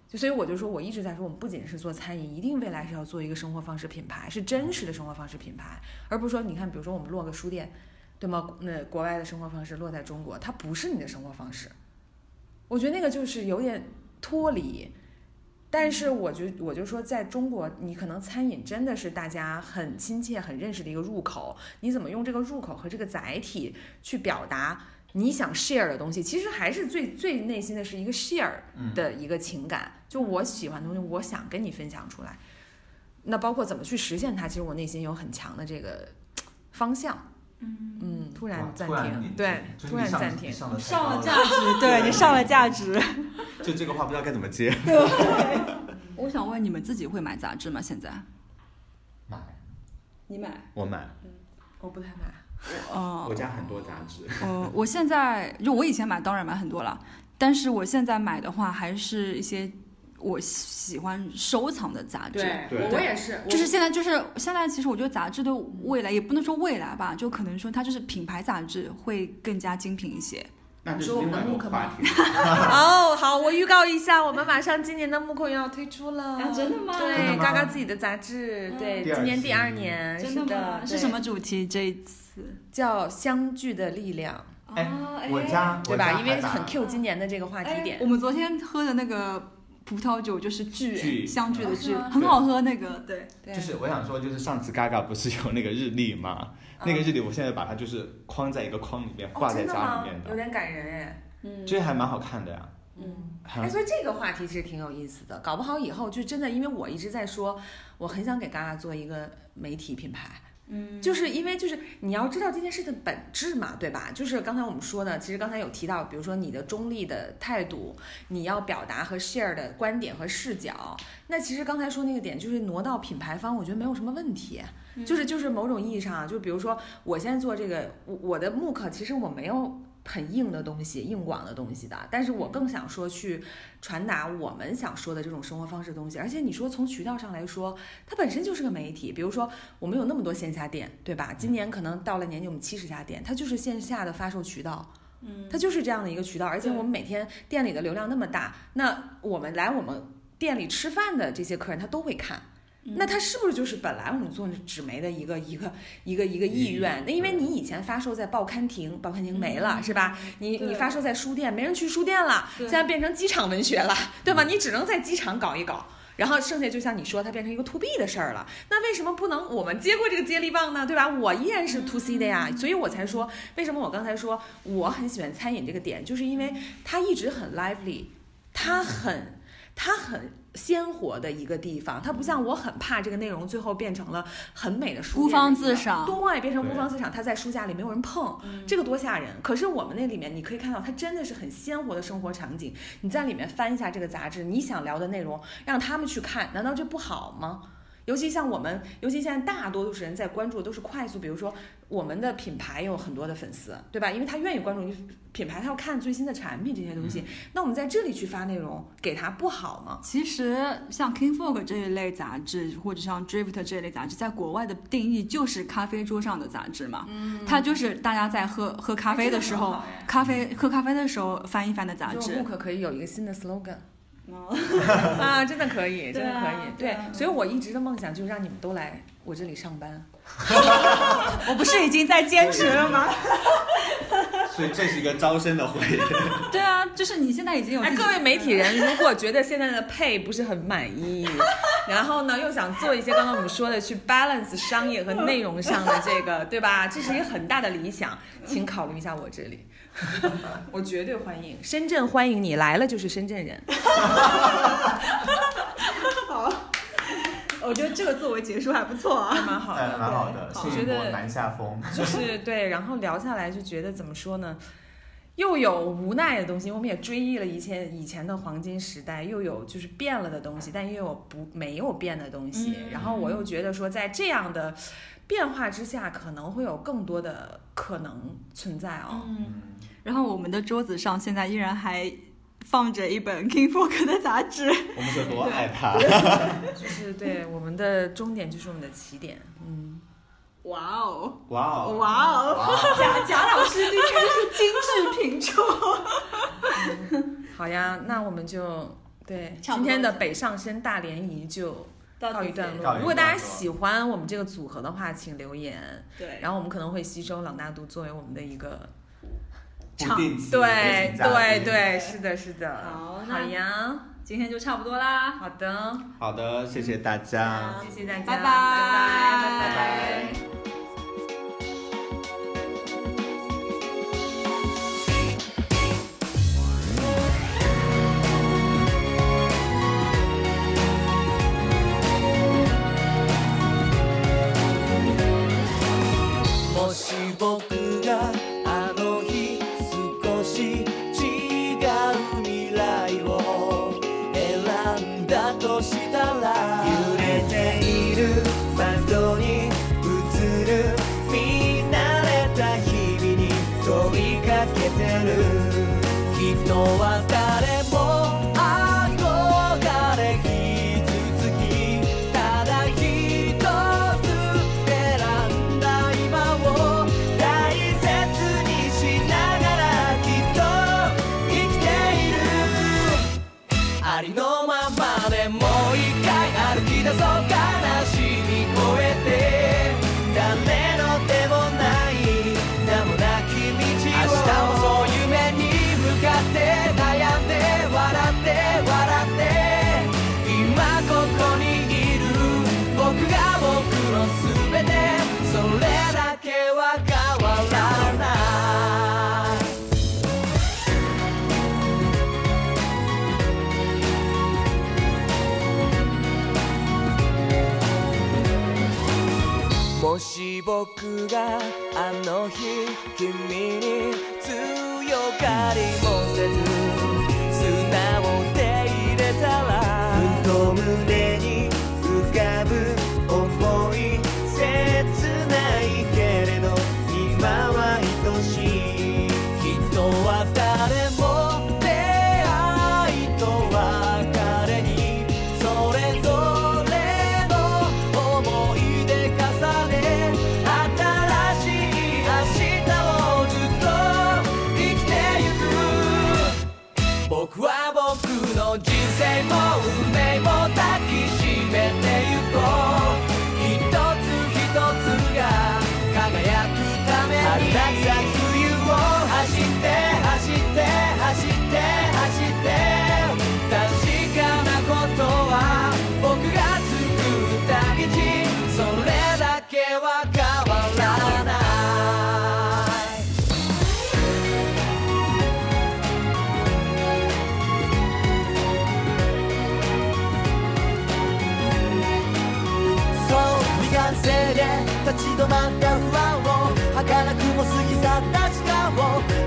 Speaker 1: 就所以我就说，我一直在说，我们不仅是做餐饮，一定未来是要做一个生活方式品牌，是真实的生活方式品牌。而不是说你看，比如说我们落个书店，对吗？那国外的生活方式落在中国，它不是你的生活方式。我觉得那个就是有点脱离。但是我就我就说，在中国，你可能餐饮真的是大家很亲切、很认识的一个入口。你怎么用这个入口和这个载体去表达你想 share 的东西？其实还是最最内心的是一个 share
Speaker 5: 嗯
Speaker 1: 的一个情感。就我喜欢的东西，我想跟你分享出来。那包括怎么去实现它，其实我内心有很强的这个方向。嗯嗯，突然
Speaker 5: 哇
Speaker 1: 暂
Speaker 5: 突然你
Speaker 1: 停，对，
Speaker 5: 就是
Speaker 1: 突
Speaker 5: 你
Speaker 1: 然
Speaker 5: 上
Speaker 1: 暂停
Speaker 5: 你。上的
Speaker 2: 上了价值，对你上了价值。
Speaker 4: 就这个话不知道该怎么接。
Speaker 2: 我想问你们自己会买杂志吗？现在
Speaker 4: 买，
Speaker 2: 你买？
Speaker 4: 我买，
Speaker 1: 我不太买。
Speaker 2: 哦、
Speaker 4: 我家很多杂志。
Speaker 2: 呃，我现在就我以前买，当然买很多了，但是我现在买的话，还是一些我喜欢收藏的杂志。
Speaker 4: 对
Speaker 1: 我我也是，我
Speaker 2: 就是现在，就是现在，其实我觉得杂志的未来也不能说未来吧，就可能说它就是品牌杂志会更加精品一些。
Speaker 4: 那
Speaker 1: 就是另外一个话
Speaker 4: 题。
Speaker 1: 哦，好，我预告一下，我们马上今年的木控要推出了。
Speaker 2: 啊真的吗
Speaker 5: 真的
Speaker 1: 对，
Speaker 5: 吗
Speaker 1: 嘎嘎自己的杂志，
Speaker 2: 嗯
Speaker 1: 对，
Speaker 4: 第二
Speaker 1: 今年第
Speaker 4: 期
Speaker 1: 二年，是的，
Speaker 2: 是什么？主题这一次？
Speaker 1: 叫相聚的力量，
Speaker 5: 哎
Speaker 2: 啊
Speaker 5: 我家
Speaker 1: 对吧？因为很
Speaker 5: 很
Speaker 1: Q 今年的这个话题点
Speaker 2: 我。们昨天喝的那个葡萄酒就是聚
Speaker 4: 聚
Speaker 2: 相聚的
Speaker 1: 嗯
Speaker 2: 聚，
Speaker 1: 是吗
Speaker 2: 很好喝那个。对，
Speaker 1: 对
Speaker 4: 就是我想说，就是上次 Gaga 不是有那个日历吗？那个日历我现在把它就是框在一个框里面，
Speaker 1: 哦，
Speaker 4: 挂在
Speaker 1: 真的
Speaker 4: 家
Speaker 1: 吗
Speaker 4: 里面？
Speaker 1: 有
Speaker 4: 的，
Speaker 1: 点感人哎。
Speaker 2: 嗯
Speaker 4: 这还蛮好看的呀。
Speaker 1: 嗯，
Speaker 4: 还
Speaker 1: 哎，所以这个话题其实挺有意思的，搞不好以后就真的，因为我一直在说，我很想给嘎嘎做一个媒体品牌。
Speaker 2: 嗯
Speaker 1: 就是因为就是你要知道这件事的本质嘛，对吧？就是刚才我们说的，其实刚才有提到，比如说你的中立的态度，你要表达和 share 的观点和视角。那其实刚才说那个点，就是挪到品牌方，我觉得没有什么问题。就是就是某种意义上啊，就比如说我现在做这个，我我的 MOOC 其实我没有很硬的东西、硬广的东西的，但是我更想说去传达我们想说的这种生活方式的东西。而且你说从渠道上来说，它本身就是个媒体，比如说我们有那么多线下店，对吧？今年可能到了年底，我们七十家店，它就是线下的发售渠道。
Speaker 2: 嗯
Speaker 1: 它就是这样的一个渠道，而且
Speaker 2: 对
Speaker 1: 我们每天店里的流量那么大，那我们来我们店里吃饭的这些客人他都会看，
Speaker 2: 嗯
Speaker 1: 那它是不是就是本来我们做纸媒的一个一个一个一个意
Speaker 2: 嗯
Speaker 1: 愿？那因为你以前发售在报刊亭，报刊亭没了、是吧？你
Speaker 2: 对
Speaker 1: 你发售在书店，没人去书店了，
Speaker 2: 对嗯
Speaker 1: 现在变成机场文学了，对吧？你只能在机场搞一搞。然后剩下就像你说，它变成一个 to B 的事儿了。那为什么不能我们接过这个接力棒呢？对吧？我依然
Speaker 2: 嗯
Speaker 1: 是 to C 的呀，所以我才说，为什么我刚才说我很喜欢餐饮这个点，就是因为它一直很 lively，它很它很鲜活的一个地方，它不像我很怕这个内容最后变成了很美的书店
Speaker 2: 孤芳自赏
Speaker 1: 对，变成孤
Speaker 4: 对
Speaker 1: 芳自赏，它在书架里没有人碰，
Speaker 2: 嗯
Speaker 1: 这个多吓人。可是我们那里面你可以看到，它真的是很鲜活的生活场景。你在里面翻一下这个杂志，你想聊的内容，让他们去看，难道这不好吗？尤其像我们，尤其现在大多数人在关注的都是快速，比如说我们的品牌有很多的粉丝，对吧？因为他愿意关注你品牌，他要看最新的产品这些东西。那我们在这里去发内容，给他不好吗？
Speaker 2: 其实像 King Folk 这一类杂志，或者像 Drift 这一类杂志，在国外的定义就是咖啡桌上的杂志嘛。嗯，它就是大家在喝喝咖啡的时候，咖啡喝咖啡的时候翻一翻的杂
Speaker 1: 就
Speaker 2: 志。
Speaker 1: Book 可以有一个新的 slogan
Speaker 2: 嗯
Speaker 1: 啊，真的可以，真
Speaker 2: 对
Speaker 1: 的可
Speaker 2: 啊
Speaker 1: 以。
Speaker 2: 对
Speaker 1: 对
Speaker 2: 啊，
Speaker 1: 所以我一直的梦想就是让你们都来我这里上 班。
Speaker 2: 我不是已经在兼职了吗？
Speaker 4: 所以这是一个招生的会。
Speaker 2: 对啊，就是你现在已经有自
Speaker 1: 哎，
Speaker 2: 己嗯
Speaker 1: 各位媒体人，如果觉得现在的配不是很满意，然后呢又想做一些刚刚我们说的去 balance 商业和内容上的这个，对吧？这是一个很大的理想，请考虑一下我这里， 我绝对欢迎。深圳欢迎你来了，就是深圳 人。
Speaker 2: 我觉得这个作为结束还不错啊。
Speaker 1: 蛮 好
Speaker 5: 哎，
Speaker 1: 的，
Speaker 5: 蛮好的，
Speaker 1: 对我
Speaker 5: 新
Speaker 1: 觉
Speaker 5: 一波
Speaker 1: 得
Speaker 5: 南下风。
Speaker 1: 就是对，然后聊下来就觉得怎么说呢，又有无奈的东西，我们也追忆了以前以前的黄金时代，又有就是变了的东西，但也有不没有变的东西。
Speaker 2: 嗯
Speaker 1: 然后我又觉得说，在这样的变化之下，可能会有更多的可能存在哦。
Speaker 2: 嗯，
Speaker 5: 嗯，
Speaker 2: 然后我们的桌子上现在依然还放着一本 King Folk 的杂志。
Speaker 4: 我们有多害 怕？
Speaker 1: 就是 对我们的终点就是我们的起点，嗯，
Speaker 2: 哇 哦，
Speaker 4: 哇哦！
Speaker 2: 哇哦，贾贾老师今天是精致频出。
Speaker 1: 好呀，那我们就对
Speaker 2: 嗯差不
Speaker 1: 今
Speaker 2: 多
Speaker 1: 天的北上深大联谊就
Speaker 2: 到
Speaker 1: 告一段
Speaker 5: 告一
Speaker 1: 落。
Speaker 5: 段
Speaker 1: 如果大家
Speaker 5: 落
Speaker 1: 喜欢我们这个组合的话，请留言。
Speaker 2: 对，
Speaker 1: 然后我们可能会吸收朗大度作为我们的一个
Speaker 5: 不定期
Speaker 1: 对
Speaker 4: 嗯
Speaker 1: 对
Speaker 2: 对
Speaker 1: 对，是的，是的。
Speaker 2: 好那
Speaker 1: 好呀，
Speaker 2: 今天就差不多啦，
Speaker 1: 好的，
Speaker 4: 好的，谢谢 大家。
Speaker 1: 谢谢大家，
Speaker 2: 拜拜，
Speaker 1: 拜拜，拜拜。
Speaker 6: もし僕があの日少し違う未来を選んだとしたら揺れている窓に映る見慣れた日々に飛びかけてる人は誰も憧れ引き続きただ一つ選んだ今を大切にしながらきっと生きているありのままでもう一回歩き出そう悲しみ超えて誰の手もない名もなき道を明日もそう夢に向かって悩んで笑って笑って今ここにいる僕が僕の全てそれだけは変わらないもし僕があの日君に強がりもせず素直で入れたらふと胸に浮かぶ思い切ないけれど今は愛しい人は誰も出会いと別れにそれぞれの思い出重ね新しい明日をずっと生きてゆく僕は僕の人生も運命も抱き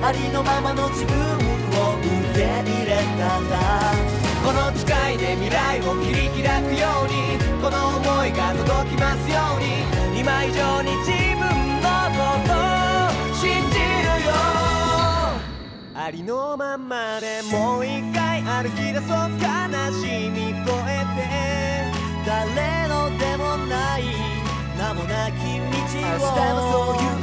Speaker 6: ありのままの自分を受け入れたんだこの機会で未来を切り開くようにこの想いが届きますように今以上に自分のことを信じるよありのままでもう一回歩き出そう悲しみ越えて誰のでもない名もなき道を明日はそういう